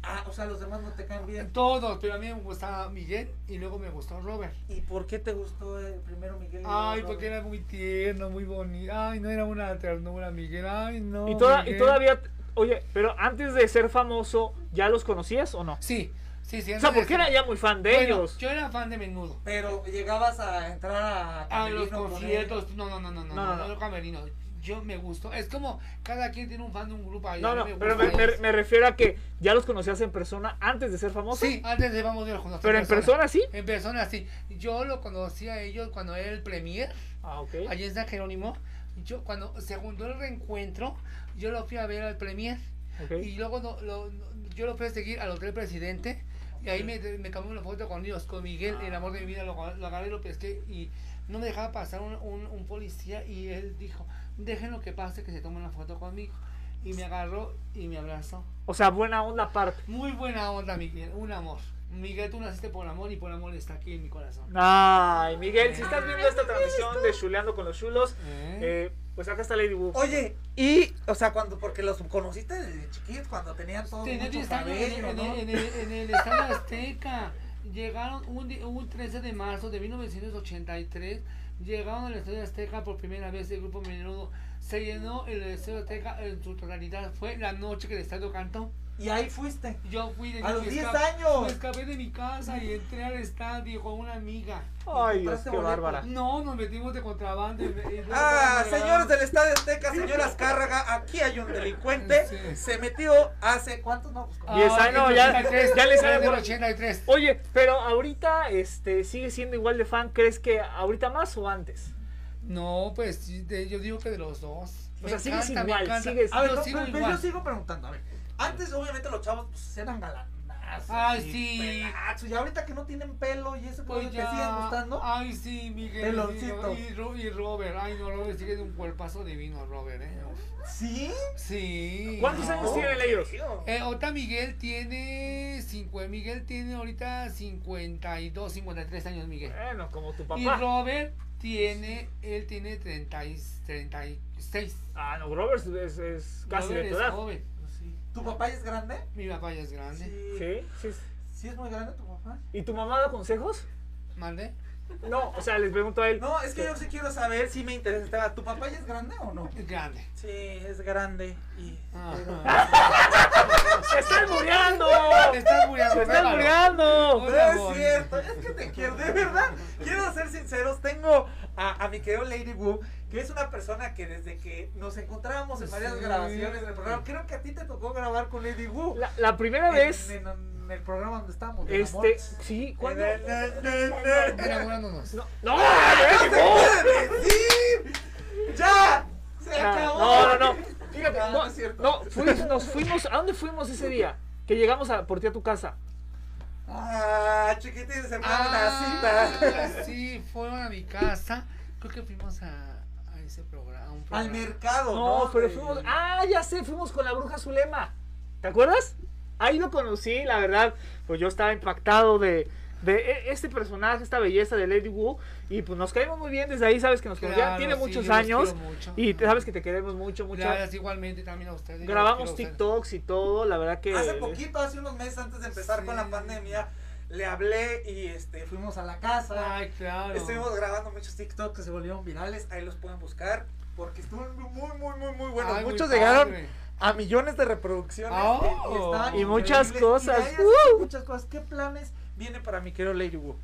S2: Ah, o sea, los demás no te caen bien.
S4: Todos, pero a mí me gustaba Miguel y luego me gustó Robert.
S2: ¿Y por qué te gustó eh, primero Miguel? y luego
S4: Ay,
S2: Robert?
S4: porque era muy tierno, muy bonito. Ay, no era una ternura, Miguel. Ay, no.
S3: Y, toda- y
S4: Miguel.
S3: todavía, oye, pero antes de ser famoso, ¿ya los conocías o no?
S4: Sí, sí, sí.
S3: O sea, porque era ya muy fan de
S4: Bueno,
S3: ellos.
S4: Yo era fan de menudo.
S2: Pero llegabas a entrar a.
S4: A los
S2: camerino con él.
S4: conciertos, no, no, no, no,
S3: No,
S4: no, no,
S3: no,
S4: no,
S3: no.
S4: no, camerino. Yo me gusto, es como cada quien tiene un fan de un grupo ahí. a
S3: No,
S4: mí
S3: no,
S4: me
S3: pero me,
S4: gusta
S3: me-
S4: eso.
S3: me refiero a que ya los conocías en persona antes de ser famoso.
S4: Sí, antes de vamos a ir juntos.
S3: Pero en persona sí.
S4: En persona, sí. Yo lo conocí a ellos cuando era el premier,
S3: Ah, ok.
S4: allí en San Jerónimo. Yo, cuando se juntó el reencuentro, yo lo fui a ver al premier.
S3: ok.
S4: Y luego no- lo- no- yo lo fui a seguir al hotel presidente. Y ahí me, me tomé una foto con ellos, con Miguel, el amor de mi vida, lo, lo agarré, lo pesqué y no me dejaba pasar un, un- un policía y él dijo, déjenlo que pase, que se tome una foto conmigo. Y me agarró y me abrazó.
S3: O sea, buena onda aparte.
S4: Muy buena onda, Miguel, un amor. Miguel, tú naciste por amor y por amor está aquí en mi corazón.
S3: Ay, Miguel, si estás viendo esta transmisión de Chuleando con los Chulos,
S4: ¿Eh?
S3: eh, pues acá está Lady Wu.
S2: Oye, y, o sea, cuando, porque los conociste desde chiquitos, cuando tenían todo
S4: Tenía
S2: mucho
S4: 10 años en,
S2: cabello,
S4: en-
S2: ¿no?
S4: en el, en el estado Azteca. Llegaron un, di- un 13 de marzo de 1983. Llegaron al Estadio Azteca por primera vez el grupo Menudo. Se llenó el Estadio Azteca en su totalidad. Fue la noche que el estadio cantó.
S2: Y ahí fuiste.
S4: Yo fui de
S2: A
S4: me
S2: los 10
S4: escapé-
S2: años.
S4: Me escapé de mi casa y entré al estadio con una amiga.
S3: Ay, Dios,
S2: compraste
S3: qué
S2: boleto.
S3: bárbara.
S4: No, nos metimos de contrabando. y me- y luego
S2: Ah,
S4: me
S2: señores
S4: regalaron-
S2: del Estadio Azteca, señoras Cárraga, aquí hay un delincuente.
S4: Sí.
S2: Se metió hace. ¿Cuántos no? Pues, como-
S3: Diez
S4: Ah,
S3: años,
S4: en el
S3: ya-
S4: 83,
S3: ya les
S4: en el
S3: sale por-
S4: 83.
S3: Oye, pero ahorita este sigue siendo igual de fan, ¿crees que ahorita más o antes?
S4: No, pues sí, de- yo digo que de los dos.
S3: O
S4: Me
S3: sea, sigues
S4: encanta, me
S3: igual,
S4: encanta.
S3: sigues-
S2: A ver,
S4: Yo
S2: no,
S4: sigo
S2: pero- pero
S4: igual.
S2: yo sigo preguntando. A ver, antes obviamente los chavos pues, eran galanazos.
S4: Ay,
S2: y
S4: sí.
S2: pelazos, y ahorita que no tienen pelo y ese
S4: Pues
S2: pues, te
S4: ya. Ah.
S2: siguen gustando.
S4: Ay, sí, Miguel.
S2: Peloncito.
S4: Y, Ro- y Robert. Ay, no, Robert sigue de un cuerpazo divino, Robert, ¿eh? Uf.
S2: ¿Sí?
S4: Sí.
S3: ¿Cuántos
S4: no.
S3: años tienen ellos?
S4: Eh, ahorita Miguel tiene. cincu- Miguel tiene ahorita 52, 53 años, Miguel.
S3: Bueno, como tu
S4: Y
S3: Eh, papá.
S4: Robert tiene. Él tiene 30 y 36.
S3: Ah, no, Robert es, es casi
S4: Robert
S3: de tu
S4: es
S3: edad.
S4: joven.
S2: ¿Tu papá ya es grande?
S4: Mi papá ya es grande.
S3: Sí, sí.
S2: ¿Sí es muy grande tu papá?
S3: ¿Y tu mamá da consejos?
S4: ¿Mande?
S3: No, o sea, les pregunto a él.
S2: No, es que yo sí quiero saber si me interesa el tema. ¿Tu papá ya es grande o no?
S4: Es grande.
S2: Sí, es grande. Y...
S4: <laughs> Ah.
S3: ¡Se están muriendo!
S4: Te estás muriendo,
S3: ¡Se están
S4: pruébalo.
S3: muriendo!
S2: No es cierto, es que te quiero, de verdad. Quiero ser sinceros, tengo a, a mi querido Lady Wu, que es una persona que desde que nos encontrábamos en varias
S4: Sí.
S2: grabaciones del programa, creo que a ti te tocó grabar con Lady Wu.
S3: La, la primera vez,
S2: En, en- en el programa donde estamos. de
S3: este.
S2: Amor.
S3: Sí, ¿cuándo?
S2: Na, na, na, na.
S4: Enamorándonos.
S3: No, no, ya llegó.
S2: ¡Puede decir! ¡Ya! ¡Se acabó!
S3: Ah, no, no, no. Fíjate,
S2: No,
S3: no,
S2: no es cierto.
S3: no, fuimos- nos fuimos. ¿A dónde fuimos ese día? Que llegamos a, por ti a tu casa.
S2: Ah, chiquitín, se fue
S4: Ah,
S2: una cita.
S4: Sí, fueron a mi casa. Creo que fuimos a, a ese programa. a un
S2: Al
S4: programa.
S2: mercado, ¿no?
S3: No, pero
S2: De-
S3: fuimos. Ah, ya sé, fuimos con la bruja Zulema. ¿Te acuerdas? Ahí lo conocí, la verdad. Pues yo estaba impactado de, de e- este personaje, esta belleza de Lady Wu. Y pues nos caímos muy bien desde ahí, sabes que nos
S4: Claro,
S3: conocían. Tiene
S4: sí,
S3: muchos
S4: yo los
S3: años.
S4: quiero mucho.
S3: Y te- sabes que te queremos mucho, mucho.
S4: Gracias igualmente también a ustedes. yo
S3: Grabamos
S4: los quiero a ustedes.
S3: TikToks y todo, la verdad que.
S2: Hace poquito, hace unos meses antes de empezar con la
S4: Sí.
S2: pandemia, le hablé y este, fuimos a la casa.
S4: Ay, claro.
S2: Estuvimos grabando muchos TikToks que se volvieron virales. Ahí los pueden buscar porque estuvieron muy, muy, muy, muy buenos.
S4: Ay, muy
S2: Muchos llegaron
S4: padre.
S2: a millones de reproducciones.
S4: Oh.
S2: eh, estaban
S3: Y muchas
S2: increíbles.
S3: cosas.
S2: Y de ahí
S3: Uh.
S2: hacen Muchas cosas. ¿Qué planes viene para mi querido Lady Wu?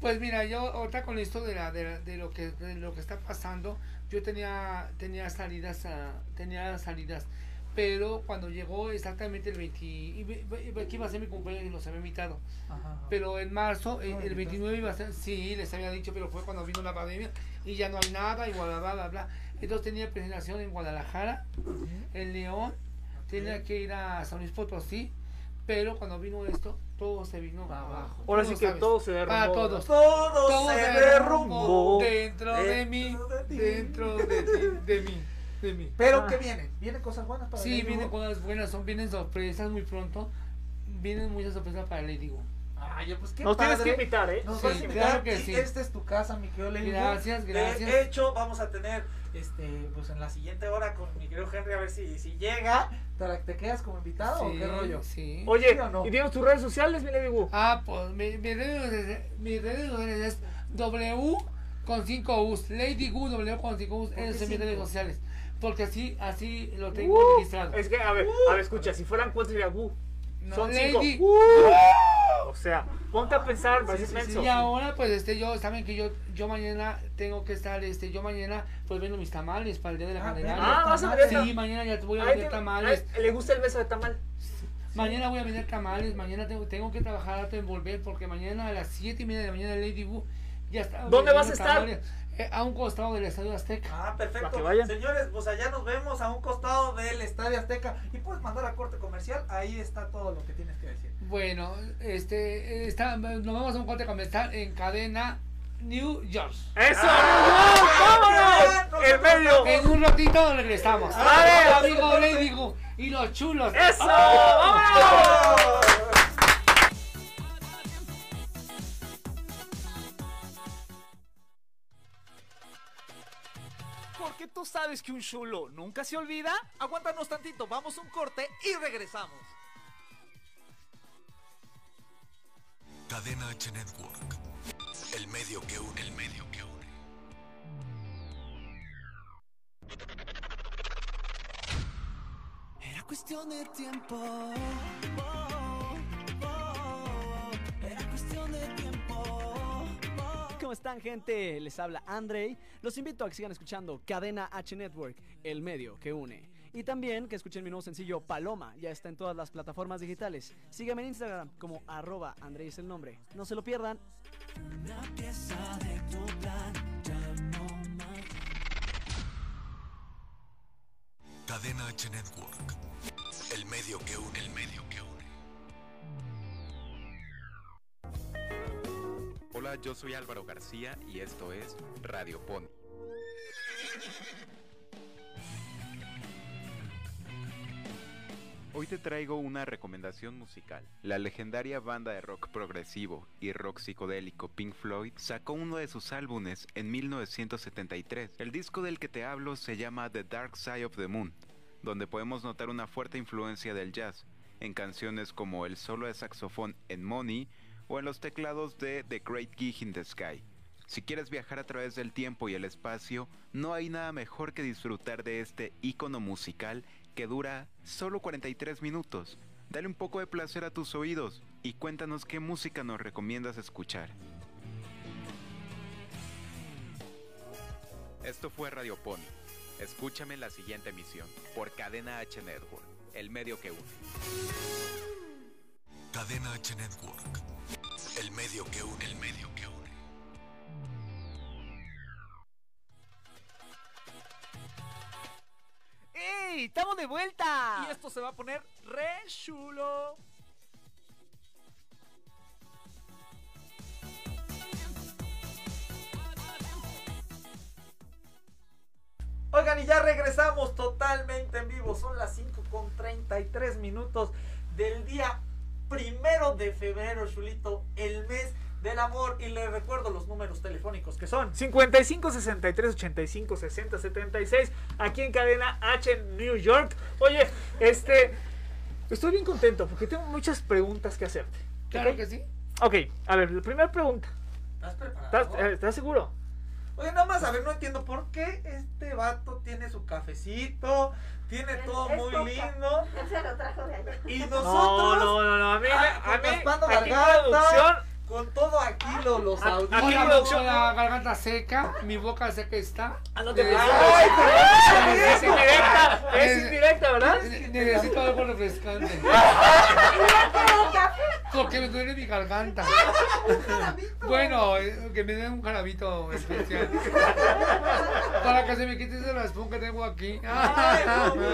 S4: Pues mira, yo ahorita con esto de, la, de, la- de lo que de lo que está pasando, yo tenía tenía salidas a- tenía salidas pero cuando llegó exactamente el 20, y ve- ve- ve que iba a ser mi cumpleaños y los había invitado, pero en
S3: Ah,
S4: marzo, eh, el, el 29 iba a ser, sí, les había dicho, pero fue cuando vino la pandemia y ya no hay nada y bla, bla, bla, bla, bla. Entonces tenía presentación en Guadalajara, en León, tenía que ir a San Luis Potosí, pero cuando vino esto, todo se vino abajo.
S3: Ahora
S4: Tú
S3: sí
S4: lo
S3: que
S4: sabes.
S3: todo se derrumbó.
S4: Para todos.
S2: Todo,
S4: Todo
S2: se
S4: se
S2: derrumbó.
S4: derrumbó dentro de mí, dentro de ti, de mí, de mí.
S2: Pero que vienen, vienen cosas buenas para
S4: Ah. Sí,
S2: Lady
S4: vienen
S2: Wu?
S4: cosas buenas, son vienen sorpresas muy pronto. Vienen muchas sorpresas para Lady Wu.
S2: Ay, pues qué
S3: Nos tienes que
S2: padre.
S3: invitar, ¿eh?
S2: Nos
S4: Sí,
S2: vas a invitar.
S4: claro que
S2: y
S4: sí.
S2: Esta es tu casa, mi querido Lady Wu.
S4: Gracias,
S2: De
S4: gracias.
S2: hecho, vamos a tener, este, pues en la siguiente hora con mi querido Henry, a ver si, si llega. ¿Te, te quedas como invitado o
S4: Sí,
S2: qué rollo?
S4: Sí.
S3: Oye,
S2: ¿Sí o no?
S3: ¿y tienes tus redes sociales, mi Lady Wu?
S4: Ah, pues mi, mi redes sociales- mis redes sociales es W con 5 U's. Lady Wu W con 5 U's.
S2: qué
S4: Esas son mis redes
S2: cinco?
S4: sociales. Porque así, así lo tengo
S3: Uh,
S4: registrado. Uh.
S3: Es que, a ver, a ver, escucha, si fueran cuatro sería Wu.
S4: No,
S3: Son cinco.
S4: Lady. Ah,
S3: Uh. O sea, ponte a pensar,
S4: Sí,
S3: parece
S4: sí,
S3: menso.
S4: sí. Y ahora, pues, este, yo, saben que yo, yo mañana tengo que estar, este, yo mañana, pues, vendo mis tamales para el día de la
S2: Ah,
S4: Candelaria.
S3: Ah, vas a
S2: Ahí
S3: ver
S2: está.
S4: Sí, mañana ya voy a
S3: Ahí
S4: vender
S3: te-
S4: tamales.
S3: ahí- ¿Le gusta el beso de tamal?
S4: Mañana voy a vender tamales. Mañana tengo, tengo que trabajar harto en volver porque mañana a las 7 y media de la mañana Lady Wu ya está.
S3: ¿Dónde vas a
S4: vendiendo
S3: estar?
S4: tamales, eh, a un costado del Estadio Azteca.
S2: Ah,
S3: Para que
S2: perfecto.
S3: vayan.
S2: Señores, pues allá nos vemos a un costado del Estadio Azteca. Y puedes mandar a corte comercial, ahí está todo lo que tienes que decir.
S4: Bueno, este, eh, está- nos vamos a un corte comercial en cadena New York.
S3: ¡Eso!
S2: Ah,
S3: ¡Vámonos!
S2: ya,
S3: ¡El medio!
S4: En un ratito regresamos.
S3: Ah,
S4: Con tu amigo Lady Wu y los chulos.
S3: ¡Eso! ¡Vámonos!
S8: Porque tú sabes que un chulo nunca se olvida.
S2: Aguántanos tantito, vamos un corte y regresamos.
S1: Cadena H Network. El medio que une. El medio que une.
S8: Era cuestión de tiempo. Era cuestión de tiempo.
S6: ¿Cómo están, gente? Les habla Andrei. Los invito a que sigan escuchando Cadena H Network, el medio que une. Y también que escuchen mi nuevo sencillo Paloma, ya está en todas las plataformas digitales. Síganme en Instagram como arroba Andrei es el nombre. No se lo pierdan.
S1: Cadena H Network. El medio que une. El medio que une.
S9: Hola, yo soy Álvaro García y esto es Radio Pony. Hoy te traigo una recomendación musical. La legendaria banda de rock progresivo y rock psicodélico Pink Floyd sacó uno de sus álbumes en 1973. El disco del que te hablo se llama The Dark Side of the Moon, donde podemos notar una fuerte influencia del jazz en canciones como el solo de saxofón en Money o en los teclados de The Great Gig in the Sky. Si quieres viajar a través del tiempo y el espacio, no hay nada mejor que disfrutar de este ícono musical que dura solo 43 minutos. Dale un poco de placer a tus oídos y cuéntanos qué música nos recomiendas escuchar. Esto fue Radio Pony. Escúchame en la siguiente emisión por Cadena H Network, el medio que une.
S1: Cadena H Network. El medio que une. El medio que une.
S8: ¡Ey! ¡Estamos de vuelta! Y esto se va a poner re chulo.
S2: Oigan, y ya regresamos totalmente en vivo. Son las 5 con 33 minutos del día primero de febrero, Chulito, el mes del amor. Y les recuerdo los números telefónicos que son.
S3: 55 63 85 60 76 aquí en cadena H en New York. Oye, este estoy bien contento porque tengo muchas preguntas que hacerte.
S4: Claro
S3: ¿ok?
S4: que sí.
S3: Ok, a ver, la primera pregunta.
S2: ¿Estás
S3: ¿Estás,
S2: preparado?
S3: eh, estás seguro?
S2: Oye, nada más, a ver, no entiendo por qué este vato tiene su cafecito, tiene
S10: Es-
S2: todo
S10: es
S2: muy
S10: coca.
S2: lindo.
S10: Él se lo trajo de allá. <laughs>
S2: Y
S3: No,
S2: nosotros
S3: no, no, no, a mí,
S2: Ah,
S3: a mí
S2: raspando
S3: aquí
S2: garganta.
S3: producción
S2: con con todo aquí lo- los
S3: Ah,
S2: audios.
S4: Con la,
S3: producción.
S4: con la garganta seca, mi boca seca está.
S3: Ah, no te
S4: Necesito-
S2: ¡Ay,
S3: Es indirecta, es indirecta, ¿verdad?
S4: Ne- Necesito
S3: <laughs>
S4: algo refrescante. Porque me duele mi garganta. Bueno, eh, que me den un jarabito especial.
S3: <laughs>
S4: Para que se me quite ese raspón que
S3: <laughs>
S4: tengo aquí. Ah,
S2: Ay, no, güey.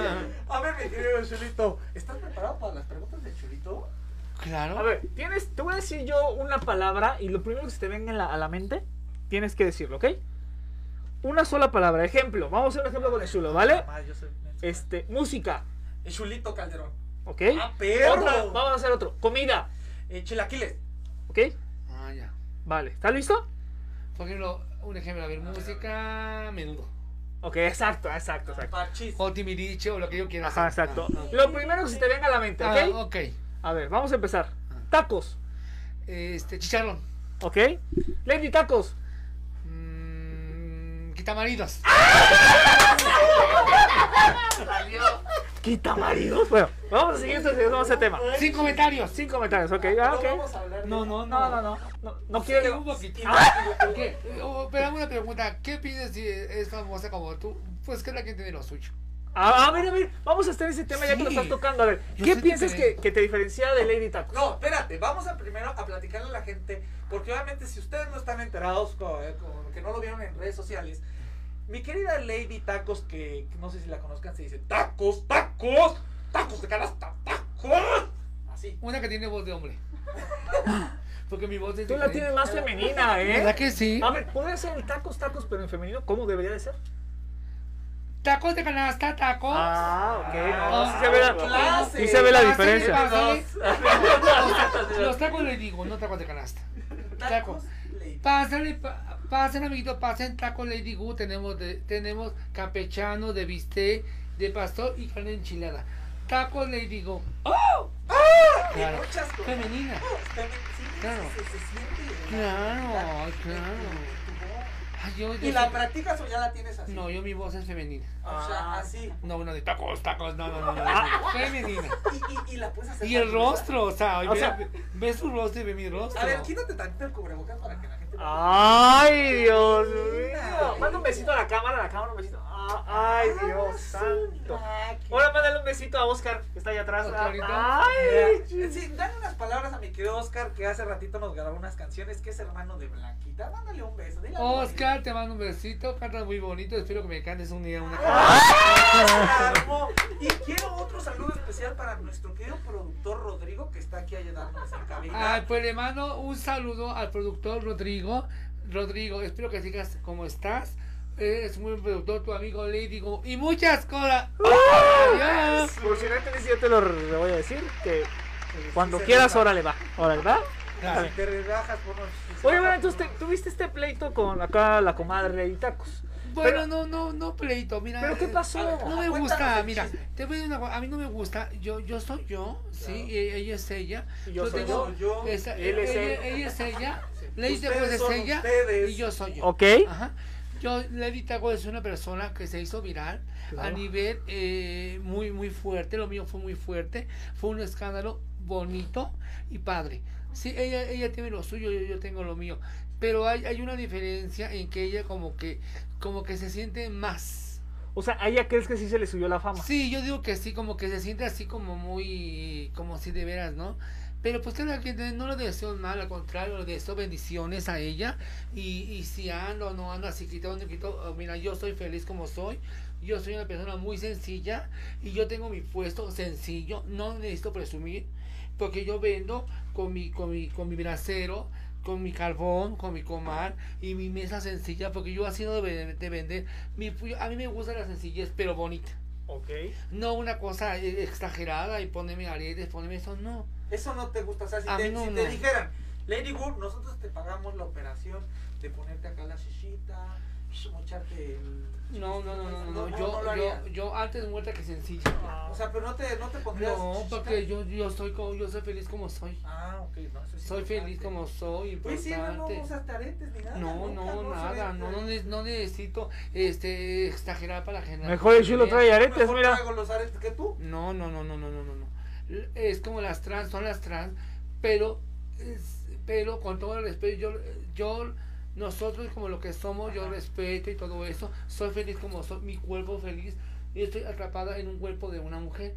S2: A ver, mi querido Chulito, ¿estás preparado para las preguntas de Chulito?
S3: A
S4: Claro.
S3: ver, tienes, te voy a decir yo una palabra y lo primero que se te venga en la- a la mente, tienes que decirlo, ¿ok? Una sola palabra, ejemplo, vamos a hacer un ejemplo con el chulo, ¿vale?
S2: Mamá, yo soy
S3: Este, música,
S2: El Chulito Calderón.
S3: ¿ok?
S2: ¡Ah, perro!
S3: Otro, vamos a hacer otro, comida,
S2: Eh, chilaquiles.
S3: ¿ok?
S4: Ah, ya.
S3: Vale, ¿estás listo?
S4: Por ejemplo, un ejemplo, a ver, música, menudo.
S3: Ok, exacto, exacto, exacto.
S2: Parchis.
S4: O timiriche o lo que yo quiera.
S3: Ajá,
S4: hacer.
S3: exacto. Lo primero que se te venga a la mente,
S4: Ah, ah,
S3: ¿ok?
S4: ok.
S3: A ver, vamos a empezar. Tacos,
S4: Este, chicharrón.
S3: ¿ok? Lady Tacos,
S4: Mm, quitamaridos.
S3: quita maridos. Bueno, vamos a seguir con ese tema.
S4: Sin comentarios.
S3: Sin comentarios, ok, ah,
S2: No
S3: ok.
S2: vamos a hablar de-
S4: No, no,
S3: No, no, no, no, no quiero.
S4: un poquito.
S2: Ah.
S4: ¿Qué? Oh, Pero hago una pregunta, ¿qué opinas si es famosa como tú? Pues cada quien tiene lo suyo.
S3: A, a ver, a ver, ah, vamos a estar en ese tema ya que lo
S4: Sí.
S3: estás tocando. A ver,
S4: Yo
S3: ¿qué
S4: sé que
S3: piensas que,
S4: te-
S3: que te diferencia de Lady Tacos?
S2: No, espérate, vamos a primero a platicarle a la gente, porque obviamente si ustedes no están enterados, co- eh, co- que no lo vieron en redes sociales, mi querida Lady Tacos, que, que no sé si la conozcan, se dice tacos, tacos, tacos de canasta, tacos. Así.
S4: Una que tiene voz
S3: <laughs>
S4: de hombre. Porque mi voz es
S3: Tú la tienes
S4: diferente.
S3: más femenina,
S4: ¿Verdad
S3: ¿eh?
S4: que sí?
S3: A ver, podría ser el tacos, tacos, pero en femenino, ¿cómo debería de ser?
S4: Tacos de canasta, tacos.
S3: Ah, ok, no,
S4: Ah,
S3: sí se ve la,
S2: clase.
S3: sí se ve la
S4: Pásale,
S3: diferencia.
S4: pásale.
S2: Los-
S4: <laughs> Los tacos le digo, no tacos de canasta.
S2: tacos,
S4: tacos.
S2: Lady.
S4: Pásale, pa- pasen amiguito, pasen tacos Lady Gu, tenemos de, tenemos campechano de bistec, de pastor y carne enchilada. Tacos Lady Gu.
S3: ¡Oh! ¡Ah!
S4: Claro.
S2: Y muchas cosas.
S4: Femenina.
S2: Femen- sí,
S4: Claro.
S2: se- se- se siente,
S4: Claro,
S2: ¿verdad?
S4: claro. Ay, yo- yo
S2: ¿Y la
S4: soy-
S2: practicas o ya la tienes así?
S4: No, yo mi voz es femenina.
S2: O sea, así.
S4: No, no, de tacos, tacos, no, no, no, no,
S2: Ah.
S4: no. Femenina.
S2: Y, y- y la puedes hacer.
S4: Y el
S2: tacos, ¿verdad?
S4: rostro, o sea,
S3: O
S4: ve,
S3: sea-
S4: ve su rostro y ve mi rostro.
S2: A ver, quítate tantito el cubrebocas para que la gente.
S3: Ay, Dios mío. Manda un besito a la cámara, a la cámara un besito. Ah, ay, Dios santo.
S2: ah,
S3: Ahora mándale un besito a Oscar, que está allá atrás.
S4: Oscar, ahorita.
S3: Ay, chis-
S2: Sí, dale unas palabras a mi querido Oscar que hace ratito nos grabó unas canciones que es hermano de Blanquita. Mándale un beso. dile algo
S4: Oscar, te mando un besito, cantas muy bonito, espero que me cantes un día
S2: Ah.
S4: una
S2: bonito. Y quiero otro saludo especial para nuestro querido productor Rodrigo que está aquí ayudándonos en cabina.
S4: Ah, pues le mando un saludo al productor Rodrigo. Rodrigo, espero que sigas como estás. Eres un buen productor, tu amigo Lady Gu, y muchas cosas.
S2: ¡Ah!
S4: Adiós.
S3: Por si no entendiste, yo te lo re- le voy a decir. Que
S2: Sí,
S3: cuando
S2: se
S3: quieras,
S2: nota.
S3: órale va. Órale va.
S2: Si te rebajas por unos-
S3: Oye, bueno, entonces te- tuviste este pleito con acá la comadre y tacos.
S4: Bueno, no, no, no, pleito, mira.
S3: ¿Pero qué
S4: eh,
S3: pasó? Ah,
S4: No me
S2: Cuéntanos
S4: gusta,
S2: el
S4: mira,
S2: chisme.
S4: te voy a decir una cosa, a mí no me gusta, yo, yo soy yo, sí, e- ella es ella.
S3: Y yo soy
S4: tengo-
S2: yo. Yo,
S4: esa-
S3: él es
S4: ella,
S3: él.
S4: ella es ella, Lady
S2: Ustedes
S4: Taco es
S2: son
S4: ella
S2: ustedes.
S4: y yo soy yo. Ah,
S3: ¿Ok?
S4: Ajá. Yo, Lady Taco es una persona que se hizo viral a
S3: Claro.
S4: nivel eh, muy, muy fuerte, lo mío fue muy fuerte, fue un escándalo bonito y padre. Sí, ella, ella tiene lo suyo, yo, yo tengo lo mío, pero hay, hay una diferencia en que ella como que, como que se siente más.
S3: O sea, ¿a ella crees que sí se le subió la fama?
S4: Sí, yo digo que sí, como que se siente así como muy, como si de veras, ¿no? Pero pues cada quien no lo deseo mal, al contrario, le deseo bendiciones a ella. Y, y si ando o no ando así, quitado, no quitado, oh, mira, yo soy feliz como soy. Yo soy una persona muy sencilla y yo tengo mi puesto sencillo, no necesito presumir, porque yo vendo con mi, con mi, con mi bracero, con mi carbón, con mi comar y mi mesa sencilla, porque yo así no de, de vender. Mi, a mí me gusta la sencillez, pero bonita.
S3: Ok.
S4: No una cosa eh, exagerada y poneme aretes, poneme eso, no.
S2: Eso no te gusta. O sea, si,
S4: A
S2: te,
S4: mí no,
S2: si te
S4: no.
S2: dijeran, Lady Wood, nosotros te pagamos la operación de ponerte acá la chichita, mocharte el.
S4: No, no, no, no,
S2: No,
S4: no, Yo,
S2: no lo haría.
S4: yo, yo antes muerta que sencilla.
S2: O sea, pero no te, no te pondrías.
S4: No,
S2: chichita.
S4: porque yo, yo soy como, yo soy feliz como soy.
S2: Ah, ok, no, eso sí
S4: Soy
S2: es
S4: feliz
S2: importante.
S4: como soy,
S2: Pues sí, no, no
S4: importante.
S2: usas taretes ni nada.
S4: No,
S2: nunca,
S4: no, nada,
S2: se ve-
S4: no, no, ne- no necesito este exagerar para generar.
S3: Mejor el chulo trae aretes,
S2: Mejor
S3: mira.
S2: traigo los aretes que tú.
S4: No, no, no, no, no, no, no, no. L- Es como las trans, son las trans, pero es- pero con todo el respeto, yo, yo, nosotros como lo que somos, yo respeto y todo eso, soy feliz como soy, mi cuerpo feliz, y estoy atrapada en un cuerpo de una mujer.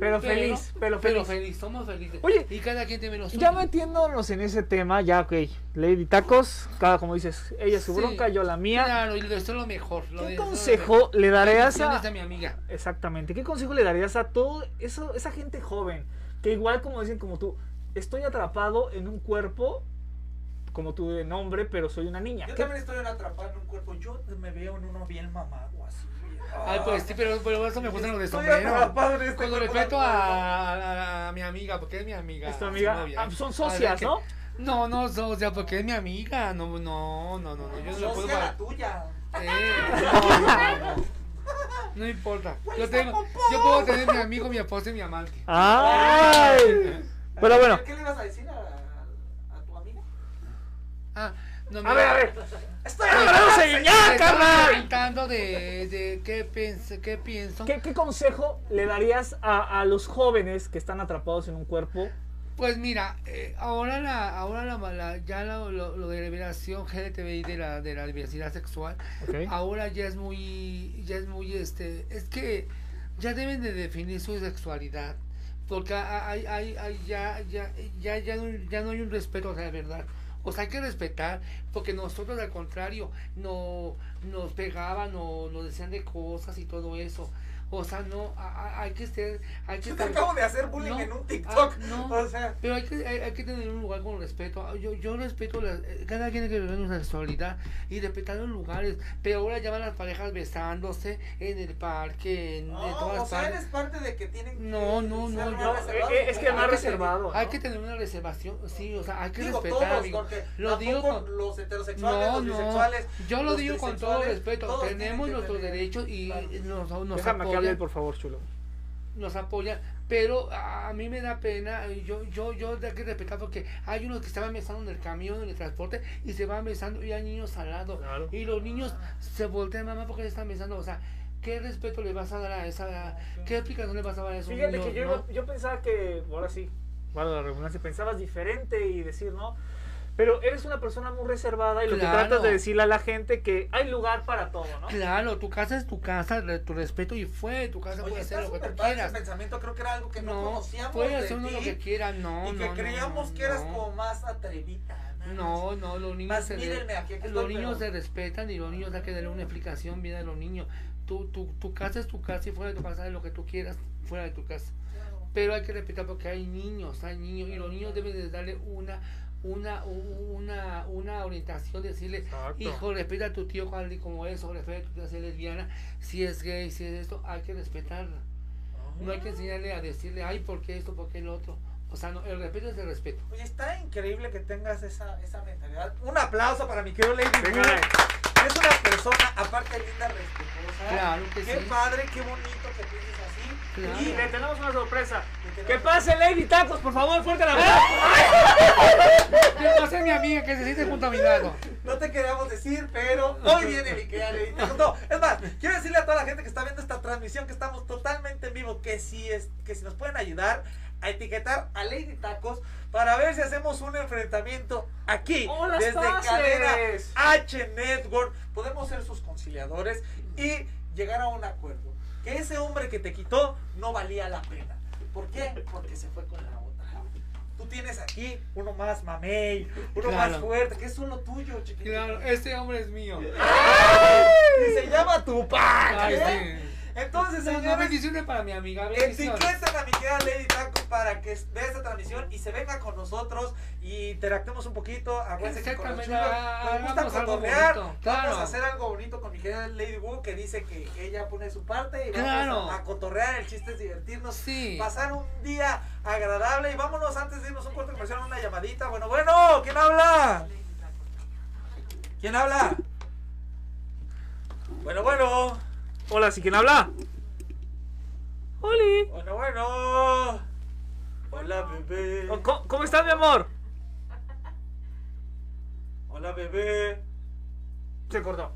S3: Pero feliz, pero feliz.
S4: somos felices.
S3: Oye,
S4: y cada quien tiene lo suyo.
S3: Ya metiéndonos en ese tema, ya, ok. Lady Tacos, cada como dices, ella es su
S4: Sí.
S3: bronca, yo la mía.
S4: Claro, y lo- esto es lo mejor. lo
S3: ¿Qué
S4: de- este
S3: consejo le
S4: lo de-
S3: darías
S4: bendiciones
S3: a,
S4: mi amiga?
S3: Exactamente. ¿Qué consejo le darías a todo eso, esa gente joven? Que igual como dicen como tú, estoy atrapado en un cuerpo como tú de nombre, pero soy una niña.
S2: Yo
S3: ¿Qué-
S2: también estoy atrapado en un cuerpo. Yo me veo en uno bien mamado así.
S4: Ay, pues sí, pero, pero eso me gustan los de
S2: Estoy
S4: sombrero.
S2: atrapado en este
S4: Con
S2: cuerpo
S4: respeto
S2: de
S4: a, a- a mi amiga, porque es mi amiga.
S3: Es tu
S4: su
S3: amiga.
S4: novia. ¿eh?
S3: Ah, son
S4: Ahora
S3: socias,
S4: que-
S3: ¿no?
S4: No, no, so- o sea, porque es mi amiga. No, no, no, no, no. Yo no
S2: Socia
S4: le puedo
S2: la
S4: guardar.
S2: tuya.
S4: No importa. Yo tengo, yo puedo tener mi amigo, mi esposo y mi amante.
S3: ¡Ay! Pero bueno,
S2: ¿Qué le ibas a decir a, a tu amiga?
S4: Ah, no,
S3: a
S4: mira,
S3: ver, a ver.
S2: Estoy
S4: <laughs>
S3: ¡Hablamos de
S4: te
S3: Guiñac,
S4: estaba
S3: carnal!
S4: preguntando de, de qué pienso, qué pienso.
S3: ¿Qué, qué consejo le darías a, a los jóvenes que están atrapados en un cuerpo?
S4: Pues mira, eh, ahora la, ahora la, la- ya lo, lo- lo de liberación LGTBI de la, de la diversidad sexual, ahora ya es muy, ya es muy este, es que ya deben de definir su sexualidad, porque a- a- hay, hay, hay- ya, ya, ya, ya, no, ya no hay un respeto a la verdad. O sea, hay que respetar, porque nosotros al contrario, no, nos pegaban o nos decían de cosas y todo eso. O sea, no, a- a- hay que ser, hay que
S2: Yo te
S4: ser-
S2: acabo de hacer bullying
S4: No,
S2: en un
S4: ah,
S2: TikTok.
S4: no.
S2: O sea,
S4: Pero hay que, hay, hay que tener un lugar con respeto. Ah, Yo, yo respeto, la- eh, cada quien tiene que vivir una sexualidad y respetar los lugares. Pero ahora ya van las parejas besándose en el parque, en, en
S2: no,
S4: todas
S2: o sea,
S4: partes.
S2: eres parte de que tienen
S4: No,
S2: que
S4: no,
S2: ser
S4: no,
S2: más
S4: yo-
S2: reservados.
S3: eh, eh, es que
S2: Hay
S3: más
S2: tener-
S3: reservado.
S4: Hay que tener una reservación, sí, o sea, hay que
S2: Digo
S4: respetar,
S2: todos,
S4: amigo.
S2: porque
S4: Lo digo
S2: tampoco
S4: con-
S2: los heterosexuales,
S4: No,
S2: los
S4: no,
S2: bisexuales.
S4: yo lo
S2: los
S4: digo con todo
S2: trisexuales,
S4: respeto.
S2: todos tienen
S4: Tenemos
S2: que
S4: nuestros
S2: tener-
S4: derechos y
S2: Claro.
S4: nos,
S3: Déjame
S4: nos
S3: que hable
S4: apoyan.
S3: él, por favor, chulo.
S4: nos apoyan, pero a, a mí me da pena, yo, yo, yo tengo que respetar porque hay unos que estaban besando en el camión, en el transporte, y se van besando, y hay niños al lado,
S3: Claro.
S4: y los niños se voltean, mamá, porque se están besando, o sea, ¿qué respeto le vas a dar a esa, qué explicación le vas a dar a esos
S3: Fíjate
S4: niños?
S3: que yo,
S4: no?
S3: iba- yo pensaba que, ahora sí, bueno, la redundancia, pensabas diferente y decir, ¿no? Pero eres una persona muy reservada y lo que
S4: Claro.
S3: tratas de decirle a la gente que hay lugar para todo, ¿no?
S4: Claro, tu casa es tu casa, re- tu respeto y fue, tu casa
S2: Oye,
S4: puede
S2: está
S4: hacer lo que
S2: súper
S4: tú
S2: padre ese
S4: quieras.
S2: pensamiento, creo que era algo que no,
S4: No,
S2: conocíamos
S4: puede
S2: de
S4: hacer uno lo
S2: ti
S4: que quiera, no,
S2: y
S4: no,
S2: que
S4: no,
S2: creíamos
S4: no,
S2: que eras
S4: no.
S2: como más atrevida.
S4: No, no, los niños,
S2: Más,
S4: se, re-
S2: mírenme, aquí- aquí
S4: los
S2: estoy,
S4: niños
S2: pero-
S4: se respetan y los niños hay que darle una explicación bien a los niños. Tu, tu, tu casa es tu casa y fuera de tu casa es lo que tú quieras fuera de tu casa. Pero hay que respetar porque hay niños, hay niños y los niños deben de darle una una u- una una orientación decirle hijo respeta a tu tío cual- como eso respeta a tu tía si es lesbiana si es gay si es esto hay que respetarla no hay que enseñarle a decirle ay por qué esto por qué el otro o sea no, el respeto es el respeto
S2: Oye, está increíble que tengas esa, esa mentalidad. Un aplauso para mi querido Lady
S3: Venga,
S2: Wu.
S3: eh.
S2: Es una persona, aparte linda, respetuosa.
S4: Claro que
S2: Qué
S4: sí.
S2: padre, qué bonito que pienses así.
S4: Claro.
S3: Y le tenemos una sorpresa.
S2: Que te-
S3: Que pase Lady Tacos, por favor, fuerte la mano.
S4: Yo no sé mi amiga que se siente junto a mi lado.
S2: No te queríamos decir, pero hoy viene el Ikea Lady Tacos. No, es más, quiero decirle a toda la gente que está viendo esta transmisión que estamos totalmente en vivo que si, es, que si nos pueden ayudar a etiquetar a Lady Tacos para ver si hacemos un enfrentamiento aquí
S3: ¡Oh, las
S2: desde
S3: fases!
S2: Cadena H Network. Podemos ser sus conciliadores y llegar a un acuerdo. Que ese hombre que te quitó no valía la pena. ¿Por qué? Porque se fue con la otra. Tú tienes aquí uno más mamey, uno más
S4: Claro.
S2: fuerte, que es solo tuyo, chiquitito.
S4: Claro, este hombre
S2: <laughs>
S4: es mío.
S2: Y se llama Tupac.
S4: Ay,
S2: ¿eh?
S4: sí.
S2: Entonces,
S4: No, no,
S2: señores,
S4: bendiciones para mi amiga. bendiciones.
S2: Etiqueten a mi querida Lady Tacos para que vea esta transmisión y se venga con nosotros y interactuemos un poquito. Acuérdense que con los
S4: Exactamente,
S2: chulos nos gusta
S4: hagamos algo
S2: cotorrear.
S4: bonito,
S2: Vamos
S4: claro.
S2: a hacer algo bonito con mi querida Lady Wu que dice que ella pone su parte y
S4: Claro.
S2: vamos a cotorrear. El chiste es divertirnos,
S4: Sí.
S2: pasar un día agradable. Y vámonos antes de irnos a un corte comercial, una llamadita. Bueno, bueno, ¿quién habla? ¿Quién habla? Bueno, bueno.
S3: Hola, ¿sí quién habla? ¡Holi!
S2: Bueno, bueno. Hola, bebé.
S3: Oh, ¿Cómo, cómo estás, mi amor?
S2: Hola, bebé.
S3: Se cortó.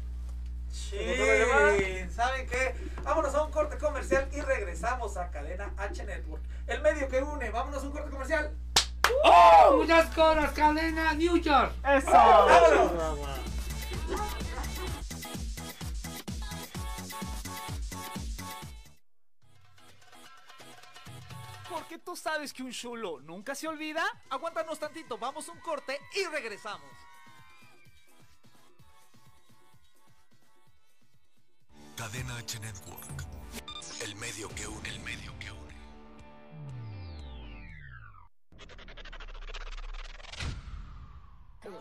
S2: Chin. ¿Saben qué? Vámonos a un corte comercial y regresamos a Cadena H Network. El medio que une. Vámonos a un corte comercial.
S3: ¡Oh!
S4: Muchas cosas, cadena New York.
S3: ¡Eso!
S11: Porque tú sabes que un chulo nunca se olvida.
S2: Aguántanos tantito, vamos un corte y regresamos.
S1: Cadena H Network. El medio que une, el medio que une.
S12: Uno,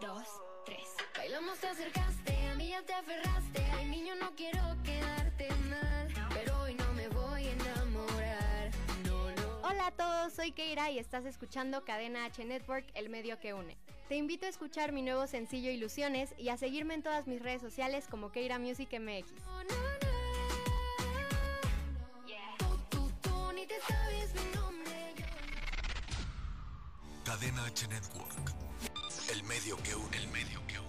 S12: dos, tres. Bailamos, te acercaste, a mí ya te aferraste. Ay, niño, no quiero quedarte mal, pero hoy no me voy a enamorar. No, no.
S13: Hola a todos, soy Keira y estás escuchando Cadena H Network, el medio que une. Te invito a escuchar mi nuevo sencillo Ilusiones y a seguirme en todas mis redes sociales como Keira Music MX.
S12: No, no, no. Tú, tú, tú, ni te sabes mi nombre.
S1: Cadena H Network. El medio que une, el medio que une.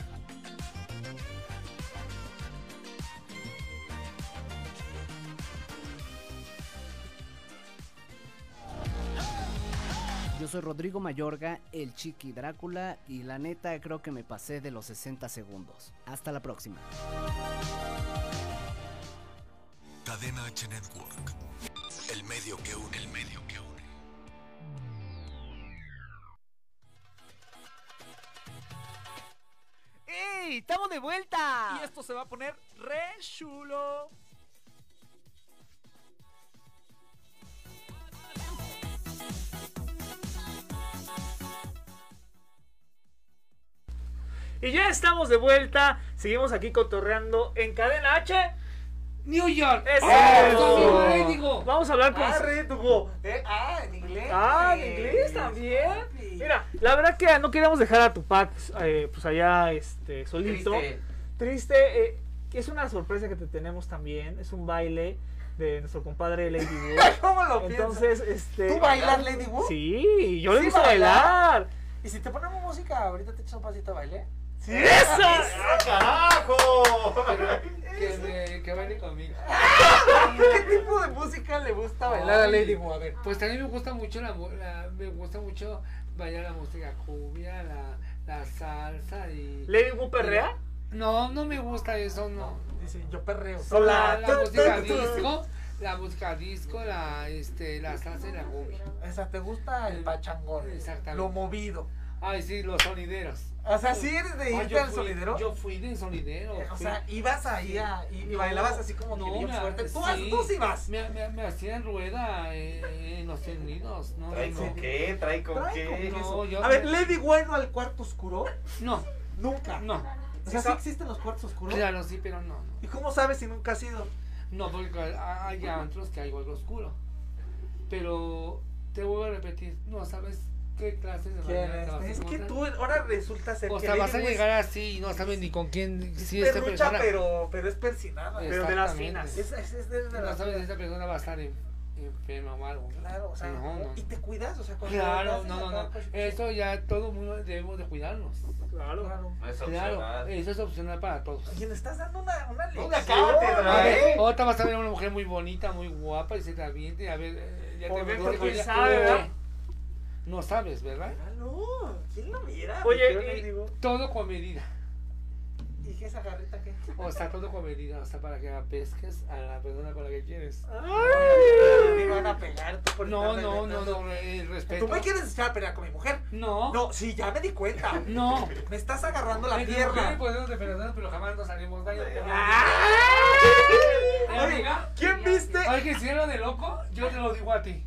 S9: Yo soy Rodrigo Mayorga, el Chiqui Drácula, y la neta creo que me pasé de los 60 segundos. Hasta la próxima.
S1: Cadena H Network. El medio que une, el medio que une.
S11: ¡Ey! ¡Estamos de vuelta! Y esto se va a poner re chulo.
S3: Y ya estamos de vuelta. Seguimos aquí cotorreando en Cadena H.
S4: New York.
S3: ¡Eso!
S4: ¡Oh! ¡Eso sí, güey!
S3: Vamos a hablar con.
S2: Ah, retuvo. Eh, ah, en inglés.
S3: Ah, en inglés también. Mira, la verdad que no queríamos dejar a Tupac eh, pues allá este, solito.
S2: Triste.
S3: Triste, eh, es una sorpresa que te tenemos también. Es un baile de nuestro compadre Lady Wu.
S2: ¿Cómo lo piensas?
S3: Entonces, este.
S2: ¿Tú bailas, Lady Wu?
S3: Sí, yo le
S2: ¿Sí
S3: hice
S2: bailar?
S3: bailar.
S2: Y si te ponemos música, ahorita te echas un pasito de baile.
S3: ¡Sí! ¡Esa!
S5: ¡Ah, carajo!
S4: Que, me- que baile conmigo.
S2: ¿Qué tipo de música le gusta bailar a Lady Wu? A ver.
S4: Pues también me gusta mucho la, mu- la- me gusta mucho bailar la música cumbia, la, la salsa y
S3: Lady Wu perrea.
S4: no, no me gusta eso, no.
S2: Dice, yo perreo. Ah, Sola.
S4: La, la música disco, la música disco, la este, la salsa y la cumbia.
S2: Esa, ¿te gusta el pachangón?
S4: Exactamente.
S2: Lo movido.
S4: Ay, sí, los sonideros.
S2: O sea, ¿sí eres de
S4: Ay,
S2: irte
S4: yo
S2: al
S4: fui-
S2: solidero? eh,
S4: Yo fui de sonidero.
S2: o
S4: fui.
S2: sea, ibas ahí a- y, y bailabas así como que bien
S4: me-
S2: fuerte. Tú, has- tú sí vas.
S4: Me, me, me hacían rueda eh, en los nidos. No,
S5: ¿Trae
S4: no,
S5: con qué? ¿Trae con
S2: Trae
S5: qué?
S2: con
S4: No,
S2: eso.
S4: yo-
S2: a ver, Lady Bueno al cuarto oscuro.
S4: no,
S2: Nunca.
S4: no.
S2: O sea, ¿sí
S4: Esa-
S2: existen los cuartos oscuros?
S4: Claro, sí, pero no. no.
S2: ¿Y cómo sabes si nunca has ido?
S4: No, porque hay antros que hay algo oscuro. Pero te vuelvo a repetir, no sabes qué clases de
S2: ¿Quién
S4: bailar te vas a
S2: es? Es que
S4: encontrar.
S2: tú ahora resulta ser
S4: O
S2: que
S4: sea, vas a
S2: Lady Wu es-
S4: llegar así y no sabes ni con quién.
S2: es
S4: Si esta
S2: perrucha,
S4: persona.
S2: pero, pero es persinada.
S3: pero de las
S4: Exactamente.
S3: finas.
S2: Es, es, es de
S4: No
S2: la-
S4: sabes si esta persona va a estar en- enferma o algo.
S2: Claro, o sea,
S4: No, no.
S2: y te cuidas, o sea, cuando
S4: Claro,
S2: andas en
S4: no,
S2: la
S4: no, no.
S2: calle, pues,
S4: Eso ya todo el mundo debemos de cuidarnos.
S3: Claro.
S2: Claro.
S5: No es
S4: Claro,
S5: opcional.
S4: eso es opcional para todos.
S2: Y le estás dando una, una lección.
S5: Una cátedra.
S4: A ver,
S5: ¿eh?
S4: ahorita vas a ver a una mujer muy bonita, muy guapa y se te aviente. A ver, eh, ya te
S3: Por-
S4: ves
S3: por
S4: que
S3: quién
S4: ya-
S3: sabe, ¿verdad?
S4: No sabes, ¿verdad?
S2: No, ¿quién lo viera?
S4: Oye,
S2: Yo le
S4: y-
S2: digo,
S4: todo con medida.
S2: ¿y qué esa garrita
S4: <laughs>
S2: qué?
S4: O sea, todo con medida. O sea, para que pesques a la persona con la que quieres.
S2: Ay, me van a pegar. tú por
S4: No,
S2: estar
S4: no, no,
S2: reventando.
S4: no, eh, respeto.
S2: ¿Tú me quieres echar a pelear con mi mujer?
S4: No.
S2: No, sí, ya me di cuenta.
S4: <laughs> No.
S2: Me estás agarrando la
S4: Entre
S2: pierna.
S4: mujeres podemos defendernos, pero jamás nos haremos daño.
S2: ¡Ay!
S4: Eh, amiga,
S2: ¿Quién viste?
S4: Ay, que cielo de loco, yo te lo digo a ti.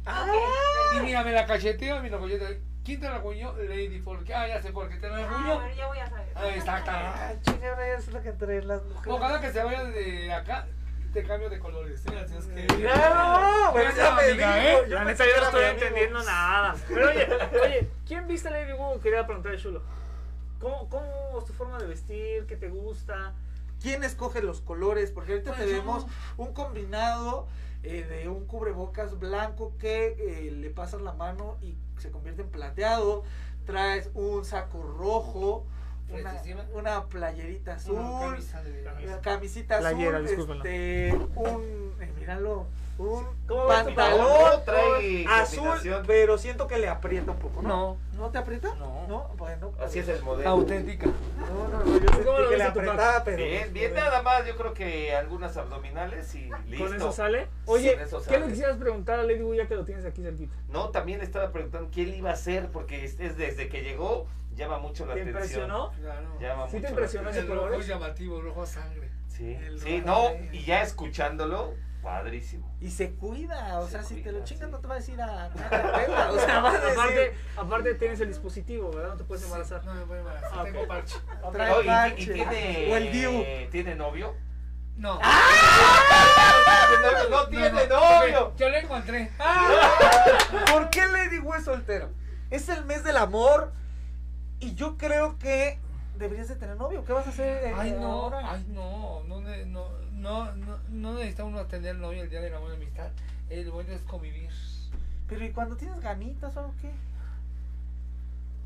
S4: Y mira, me la cacheteo y me lo cacheteo. ¿Quién te la cuñó? Lady, ¿por qué? Ah, ya sé por qué te la cuñó.
S14: ya voy a saber.
S4: Ahí está, carajo.
S2: Chingada, eso es lo que traen las mujeres.
S4: Ojalá que se vaya de acá. Te cambio de colores. ¿eh? Así es que.
S2: Claro, bueno,
S4: Gracias,
S2: ya me
S4: amiga,
S2: dijo,
S4: ¿eh?
S2: yo
S3: La
S2: pensé que
S3: neta, yo no
S2: era
S3: estoy
S2: mi amigo.
S3: entendiendo nada. Pero oye, oye, ¿quién viste a Lady Wu? Quería preguntar Chulo. ¿Cómo, ¿Cómo es tu forma de vestir? ¿Qué te gusta?
S2: ¿Quién escoge los colores? Porque ahorita
S3: Pues yo.
S2: tenemos un combinado eh, de un cubrebocas blanco que eh, le pasas la mano y se convierte en plateado. Traes un saco rojo, una,
S4: Fresquísima.
S2: una playerita azul,
S4: Una camisa de-
S2: una camisita
S3: Playera,
S2: azul,
S3: discúlpenlo.
S2: este, un, eh, míralo, un
S3: ¿Cómo ves tu
S2: pantalón
S3: pantalón? Trae
S2: azul,
S3: combinación.
S2: pero siento que le aprieta un poco, ¿no?
S4: No.
S2: ¿No te aprieta? No. Bueno. pues,
S5: Así es el modelo.
S4: Auténtica.
S2: No, no, no, yo sentí
S5: ¿Cómo lo
S2: que le
S5: ves en tu
S2: apretaba,
S5: plan?
S2: pero...
S5: Bien, bien, nada más. Yo creo que algunas abdominales y listo.
S3: ¿Con eso sale? Oye,
S5: Con eso
S3: ¿qué le
S5: sale.
S3: quisieras preguntar a Lady Wu ya que lo tienes aquí cerquita?
S5: No, también estaba preguntando quién le iba a hacer, porque es, es desde que llegó llama mucho la
S3: ¿Te
S4: <laughs>
S5: atención.
S3: impresionó?
S4: Claro.
S5: Llama
S3: ¿Sí te
S5: mucho la
S3: impresionó ese
S5: atención.
S4: El rojo
S3: colores?
S4: es llamativo, rojo sangre.
S5: Sí,
S4: El
S5: sí, no,
S4: rojo.
S5: y ya escuchándolo, padrísimo.
S2: Y se cuida, o
S5: Se
S2: sea, si te lo
S5: cuida,
S2: chingas
S5: sí.
S2: no te va a decir a... a- O sea, va a
S3: <laughs> aparte,
S2: decir...
S3: aparte tienes el dispositivo, ¿verdad? No te puedes embarazar.
S4: No me voy a embarazar,
S3: Ah,
S4: tengo
S3: ok.
S4: parche.
S2: Trae
S5: No, y- y-
S2: parche.
S5: y, tiene,
S2: O el Diu.
S5: ¿Tiene novio? Ah,
S4: No.
S2: Ah,
S5: No, no tiene novio.
S4: Yo lo encontré.
S2: ¿Por qué Lady Wu es soltero? Es el mes del amor y yo creo que deberías de tener novio. ¿Qué vas a hacer eh,
S4: Ay, no,
S2: ahora?
S4: ay, no, no, ne- no, no, no, no necesita uno tener novio el día del amor y la amistad. El bueno es convivir.
S2: Pero ¿y cuando tienes ganitas o algo qué?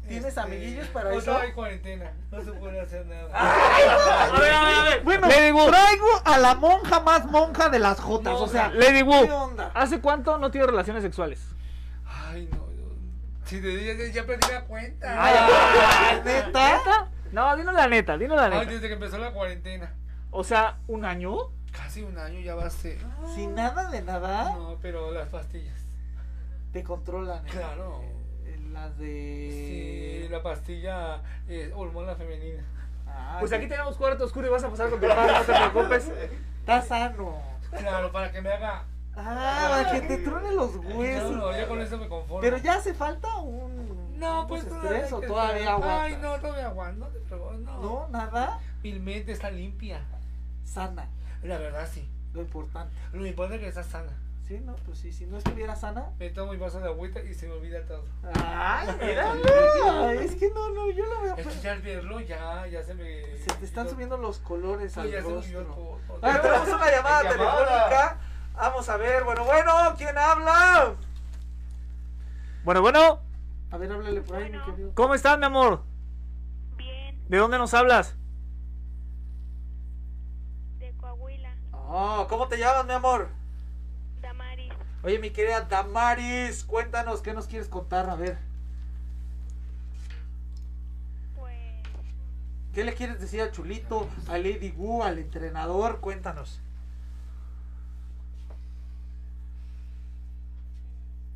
S2: ¿Tienes
S4: Este,
S2: amiguillos para
S4: o
S2: eso?
S4: sea, hay cuarentena, no se puede hacer nada.
S3: A ver, a ver, a ver.
S2: Bueno,
S3: Lady Wu,
S2: traigo a la monja más monja de las Jotas,
S3: o
S2: o sea...
S3: Lady
S2: ¿Qué
S3: Wu,
S2: onda?
S3: ¿hace cuánto no tienes relaciones sexuales?
S4: Ay, no, yo- si te digo, ya perdí la cuenta.
S2: Ay, ¿Neta?
S3: ¿Neta? No, dinos la neta, dinos la
S4: Ay,
S3: neta.
S4: desde que empezó la cuarentena.
S3: O sea, ¿un año?
S4: Casi un año ya va a ser.
S2: Sin nada de nada,
S4: No, pero las pastillas.
S2: te controlan. ¿eh?
S4: Claro.
S2: Eh, Las de...
S4: Sí, la pastilla eh, hormona
S2: <laughs>
S4: femenina.
S2: Ay,
S3: Pues aquí tenemos cuarto oscuro y vas a pasar con tu padre, no te preocupes.
S2: Está sano.
S4: Claro, para que me haga.
S2: Ah, para que te truene los
S4: No, no,
S2: huesos.
S4: ya con eso me conformo.
S2: Pero ya hace falta un.
S4: No,
S2: un
S4: pues
S2: desestrés o
S4: que-
S2: todavía aguantas.
S4: Ay, no, todavía aguanto. No, te preocupes, no.
S2: No, nada.
S4: Mi mente está limpia.
S2: Sana.
S4: La verdad, sí.
S2: Lo importante.
S4: Lo importante es que está sana.
S2: Sí, no, pues sí. Si no estuviera sana.
S4: Me tomo mi vaso de agüita y se me olvida todo.
S2: <laughs> ¡Ay, míralo! Es que no, no, yo lo veo.
S4: Es que ya al verlo, ya, ya se me.
S2: pues. Se te están subiendo los colores
S4: Ay,
S2: al
S4: ya se me olvidó
S2: rostro. Ah,
S4: todo.
S2: A ver, tenemos una llamada telefónica. Vamos a ver, bueno, bueno, ¿quién habla?
S3: Bueno, bueno,
S2: A ver, háblale por ahí, mi querido.
S3: ¿cómo estás, mi amor? Bien. ¿De dónde nos hablas?
S14: De Coahuila,
S2: Oh, ¿cómo te llamas, mi amor?
S14: Damaris.
S2: Oye, mi querida Damaris, cuéntanos, ¿qué nos quieres contar? A ver.
S14: Pues
S2: ¿Qué le quieres decir a Chulito, a Lady Wu, al entrenador? Cuéntanos.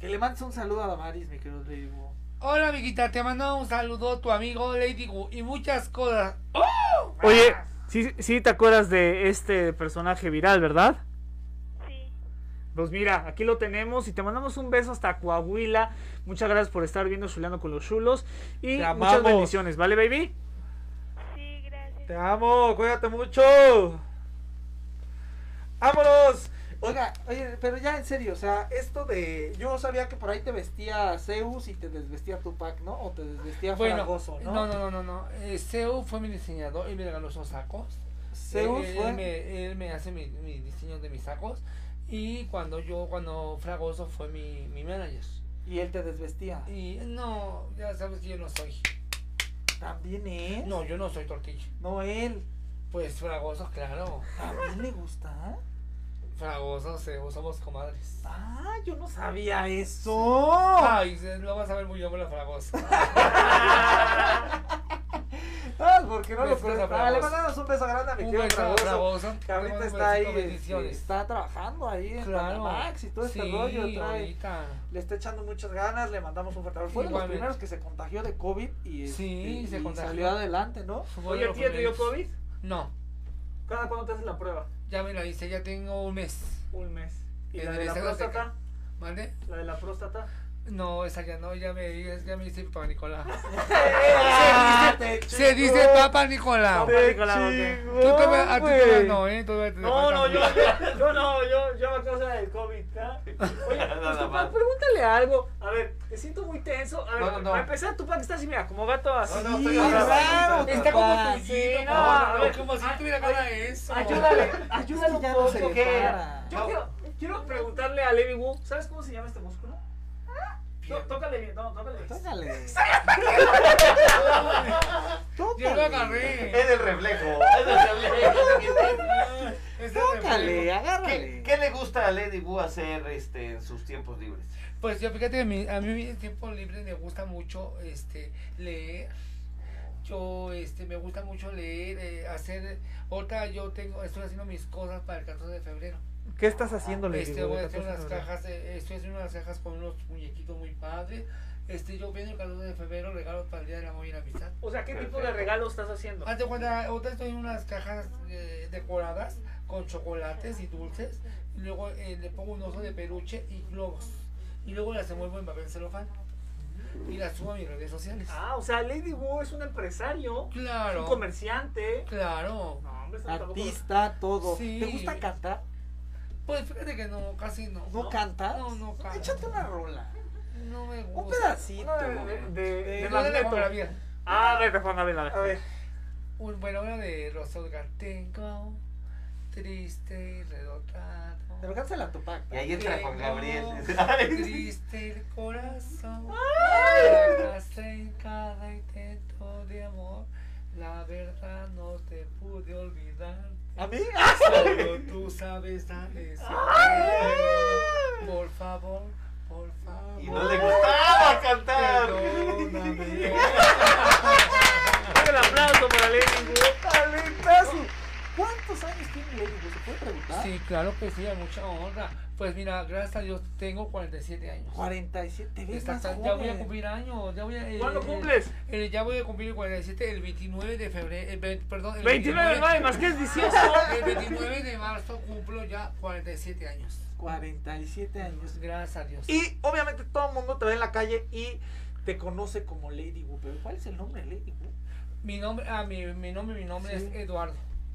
S2: Que le mandes un saludo a Damaris, mi querido Lady Wu.
S4: Hola, amiguita, te mando un saludo tu amigo Lady Wu y muchas cosas.
S3: Oye, sí, sí te acuerdas de este personaje viral, ¿verdad?
S14: sí,
S3: Pues mira, aquí lo tenemos y te mandamos un beso hasta Coahuila. Muchas gracias por estar viendo Chuleando con los Chulos y
S2: Te
S3: muchas
S2: amamos.
S3: bendiciones, ¿vale, baby?
S14: sí, gracias.
S2: Te amo, cuídate mucho. ¡Vámonos! Oiga, oye, pero ya en serio, o sea, esto de. Yo sabía que por ahí te vestía Zeus y te desvestía Tupac, ¿no? O te desvestía
S4: Bueno,
S2: Fragoso, ¿no?
S4: no, no, no, no. no. Eh, Seu fue mi diseñador y me regaló esos sacos. Eh,
S2: Zeus
S4: él, él
S2: fue.
S4: me, él me hace mi, mi diseño de mis sacos. Y cuando yo, cuando Fragoso fue mi, mi manager.
S2: Y él te desvestía.
S4: Y no, ya sabes que yo no soy.
S2: También él.
S4: No, yo no soy tortilla.
S2: No, él.
S4: Pues Fragoso, claro.
S2: ¿También le gusta?
S4: Fragoso, Sebo, eh, somos comadres.
S2: Ah, yo no sabía eso.
S4: Ay, se- lo vas a ver muy hombre la
S2: <laughs>
S4: Fragosa.
S2: Ah, porque no
S4: Un
S2: lo
S4: beso
S2: conozco.
S4: para
S2: Ah, Le
S4: vos.
S2: mandamos un beso grande a mi
S4: Pues, Un
S2: tío
S4: beso para vos,
S2: Fragoso.
S4: ¿no?
S2: Que
S4: Te
S2: ahorita
S4: mando
S2: está ahí.
S4: besitos, bendiciones.
S2: este, Está trabajando ahí en
S4: Claro.
S2: Panamax y todo este
S4: Sí,
S2: rollo. trae-
S4: ahorita.
S2: Le está echando muchas ganas, le mandamos un fuerte abrazo. Fue de los
S4: Igualmente.
S2: primeros que se contagió de COVID y, este,
S4: Sí, se
S2: y
S4: contagió.
S2: salió adelante, ¿no?
S4: Fue de los primeros. No.
S2: ¿Cada cuándo te haces la prueba?
S4: Ya me la hice, ya tengo un mes.
S2: Un mes. ¿Y
S4: En
S2: la
S4: el
S2: de la
S4: Estado Azteca.
S2: próstata?
S4: ¿Mande?
S2: ¿La de la próstata?
S4: No, esa ya no, ya me, ya me hice
S2: <laughs>
S4: Papá Nicolás.
S2: te
S4: ¡Eh!
S2: ¡Ah!
S4: se, dice, se
S2: chingó.
S4: dice Papá Nicolás.
S2: Papá Te Nicolás, ok.
S4: Tú todavía- a ti todavía
S2: güey.
S4: no, ¿eh? Todavía te
S2: No,
S4: falta
S2: no, yo,
S4: mucho.
S2: <laughs> yo, yo no, yo, yo a causa del COVID,
S3: <laughs>
S2: ¿ah? Oye, pues, Tupac, pregúntale algo. A ver, te siento muy tenso. A ver,
S3: No, no, no.
S2: para empezar, Tupac está así, mira, como gato así.
S3: no, estoy atrás.
S2: claro,
S3: Está como
S2: Tupac.
S3: tullido,
S2: Sí, no,
S3: como-
S2: a ver,
S4: como si
S2: ay,
S4: tuviera cara de eso.
S2: Ayúdale, ayúdale un
S3: ya no se
S2: poco,
S3: le
S2: ¿qué?
S3: para.
S2: Yo quiero, quiero preguntarle a Levi Wu, ¿sabes cómo se llama este músculo? No, tócale bien, no, tócale bien.
S4: <laughs>
S2: Tócale.
S4: Yo lo agarré.
S2: <laughs>
S5: Es el reflejo. Es el
S4: <laughs>
S5: reflejo.
S4: Es el reflejo.
S5: ¿Qué, qué le gusta a Lady Wu hacer este, en sus tiempos libres?
S4: Pues yo fíjate, a mí, a mí en tiempo libre me gusta mucho este, leer. Yo este, me gusta mucho leer, eh, hacer... Ahorita yo tengo, estoy haciendo mis cosas para el 14 de febrero.
S2: ¿Qué estás haciendo, Levi
S4: Este,
S2: Wu,
S4: voy
S2: de
S4: a hacer
S2: 14 de
S4: unas
S2: febrero?
S4: cajas, eh, estoy haciendo unas cajas con unos muñequitos muy padres. Este, yo vendo el 14 de febrero regalos para el Día del Amor y la Amistad.
S3: O sea, ¿qué tipo de regalo estás haciendo?
S4: Haz de cuenta, ahorita estoy en unas cajas eh, decoradas con chocolates y dulces. Y luego eh, le pongo un oso de peluche y globos. Y luego las envuelvo en papel celofán. Y las subo a mis redes sociales.
S2: Ah, o sea, Lady Wu es un empresario.
S4: Claro.
S2: Un comerciante.
S4: Claro.
S2: No, hombre, eso tampoco-
S4: Artista, todo.
S2: ¿Te gusta cantar?
S4: Pues fíjate que no, casi no.
S2: ¿No cantas?
S4: No, no canto.
S2: Échate una rola.
S4: No me gusta.
S2: Un pedacito.
S4: de,
S2: de- de
S4: Juan
S2: Magneto.
S4: Gabriel.
S3: Ah, a ver, de Juan Gabriel, a ver.
S2: A ver.
S4: Un, bueno, una de Rosa Olga. Tengo triste y redotado.
S2: Pero cántala a Tupac.
S5: Y ahí entra Juan Gabriel. <laughs>
S4: Tengo Triste el corazón.
S2: Ay.
S4: Arrastra en cada intento de amor. La verdad no te pude olvidar.
S2: ¿A <laughs> mí?
S4: Solo tú sabes dar ese amor. Por favor, por favor.
S5: Y no le gustaba cantar.
S4: Perdóname.
S3: Un aplauso para Lady Wu.
S2: Talentazo. ¿Cuántos años tiene Lady Wu? ¿Se puede preguntar?
S4: Sí, claro que sí, a mucha honra. Pues mira, gracias a Dios tengo 47 años.
S2: 47, te ves más
S4: Exacto,
S2: joven.
S4: ya voy a cumplir años. Ya voy a, eh,
S2: ¿Cuándo
S4: eh,
S2: cumples?
S4: eh, ya voy a cumplir 47 el 29 de febrero. eh, ve- perdón, el
S3: 29 de mayo, más que es 18.
S4: El 29 de marzo cumplo ya 47 años.
S2: 47 años.
S4: Gracias a Dios.
S2: Y obviamente todo el mundo te ve en la calle y te conoce como Lady Wu. Pero ¿cuál es el nombre de Lady Wu?
S4: Mi nombre, ah, mi, mi nombre, mi nombre
S2: Sí.
S4: es Eduardo.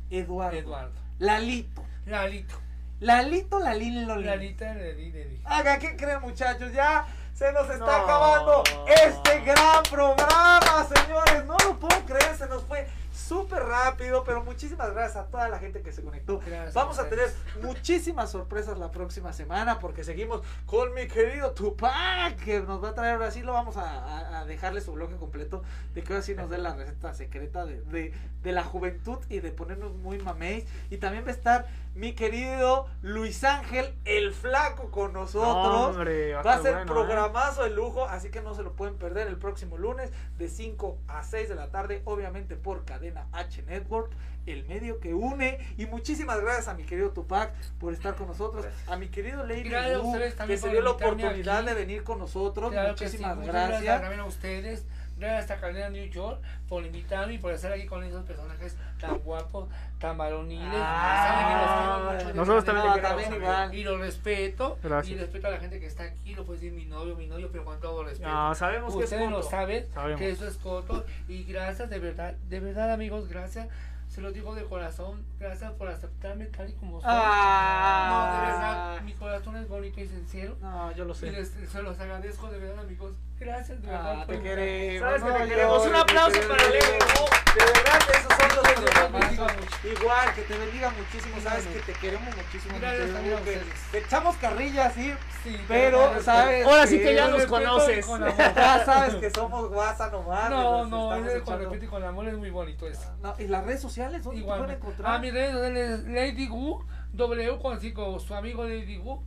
S2: Eduardo.
S4: Eduardo.
S2: Lalito.
S4: Lalito.
S2: Lalito, Lalín, Lolín.
S4: Lalita de Di de Di.
S2: Haga, ¿qué creen muchachos? Ya se nos está
S4: No.
S2: acabando este gran programa, señores. No lo puedo creer, se nos fue súper rápido, pero muchísimas gracias a toda la gente que se conectó.
S4: Gracias, eh.
S2: Vamos a tener muchísimas sorpresas la próxima semana porque seguimos con mi querido Tupac que nos va a traer ahora sí lo vamos a, a- a dejarle su bloque completo de que ahora sí nos dé la receta secreta de, de- de la juventud y de ponernos muy mameis y también va a estar mi querido Luis Ángel el flaco con nosotros
S3: Hombre, va a
S2: va a
S3: estar
S2: ser
S3: bueno, ¿eh?
S2: programazo de lujo así que no se lo pueden perder el próximo lunes de 5 a 6 de la tarde obviamente por cadena H Network el medio que une. Y muchísimas gracias a mi querido Tupac por estar con nosotros. A mi querido Lady
S4: Gracias a
S2: Wu,
S4: ustedes
S2: que
S4: también
S2: se
S4: por
S2: dio la
S4: invitarme
S2: oportunidad
S4: aquí.
S2: de venir con nosotros.
S4: Claro que sí,
S2: muchísimas
S4: muchas
S2: gracias.
S4: también a ustedes. Gracias a Cadena New York por invitarme y por estar aquí con esos personajes tan guapos, tan varoniles.
S2: Ah.
S4: Saben que los quiero mucho de
S3: Nosotros también
S4: verdad,
S3: te
S4: de verdad,
S3: queremos,
S4: los amo.
S3: amigo.
S4: Y los respeto.
S3: Gracias.
S4: Y respeto a la gente que está aquí. Lo puedes decir mi novio, mi novio, pero con todo respeto.
S3: No, sabemos que es
S4: Ustedes lo
S3: Ah, pues coto.
S4: saben,
S3: Sabemos.
S4: que eso es coto. Y gracias, de verdad, de verdad, amigos, gracias. Se los digo de corazón, gracias por aceptarme tal y como soy.
S2: Ah.
S4: No, de verdad, mi corazón es bonito y sincero.
S2: No, yo lo sé.
S4: Y les, se los agradezco de verdad, amigos. Gracias, de verdad.
S2: Ah, te
S4: por invitarme.
S2: queremos.
S4: Sabes que
S2: no,
S4: te queremos.
S2: yo-
S4: Un aplauso
S2: te
S4: para Leo.
S2: queremos. De verdad, esos son los
S4: Que Dios los
S2: programazos.
S4: bendiga
S2: Igual, que te bendiga muchísimo. Sabes que te queremos muchísimo. mi
S4: Gracias
S2: querido
S4: también a
S2: Hugo, que-
S4: ustedes.
S2: Te echamos carrillas, sí.
S4: Sí,
S2: pero,
S4: pero-
S2: sabes.
S3: Ahora sí que ya
S2: Con
S3: nos
S2: respeto y
S3: conoces.
S2: con amor. <laughs> Ya sabes que somos guasa nomás.
S4: No,
S2: nos
S4: no,
S2: Ah, estamos
S4: es con
S2: echando-
S4: respeto y con amor es muy bonito eso.
S2: No, y las redes sociales, ¿dónde te
S4: Igual.
S2: pueden encontrar?
S4: Ah, mis redes sociales es Ah, Lady Gu W con cinco, su amigo de Digu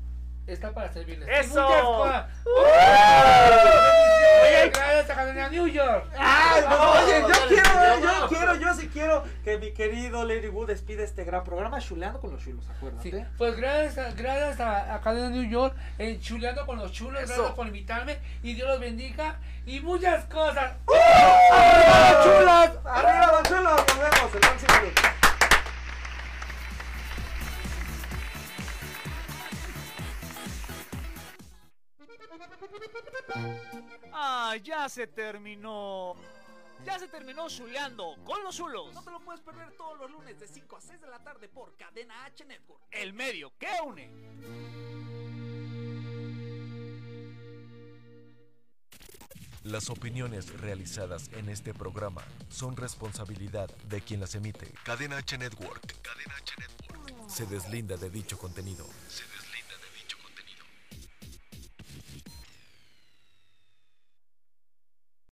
S4: está para servirles. Y
S2: ¡Eso!
S4: muchas cosas.
S2: ¡Uh!
S4: ¡Oye! ¡Gracias a New York!
S2: Ay, no, oye, yo quiero, yo
S4: vamos.
S2: quiero, yo sí quiero que mi querido Lady Wood despida este gran programa chuleando con los chulos, acuérdate.
S4: Sí, pues gracias, a- gracias a, a Cadena New York, en Chuleando con los Chulos,
S2: Eso.
S4: gracias por invitarme y Dios los bendiga y muchas cosas. ¡Arriba los chulos!
S2: ¡Ah, ¡Arriba los chulos! Nos vemos el próximo lunes.
S8: ¡Ah, ya se terminó! Ya se terminó chuleando con los chulos.
S2: No te lo puedes perder todos los lunes de 5 a 6 de la tarde por Cadena H Network.
S8: El medio que une.
S1: Las opiniones realizadas en este programa son responsabilidad de quien las emite. Cadena H Network. Cadena H Network. Se deslinda de dicho contenido. Se deslinda.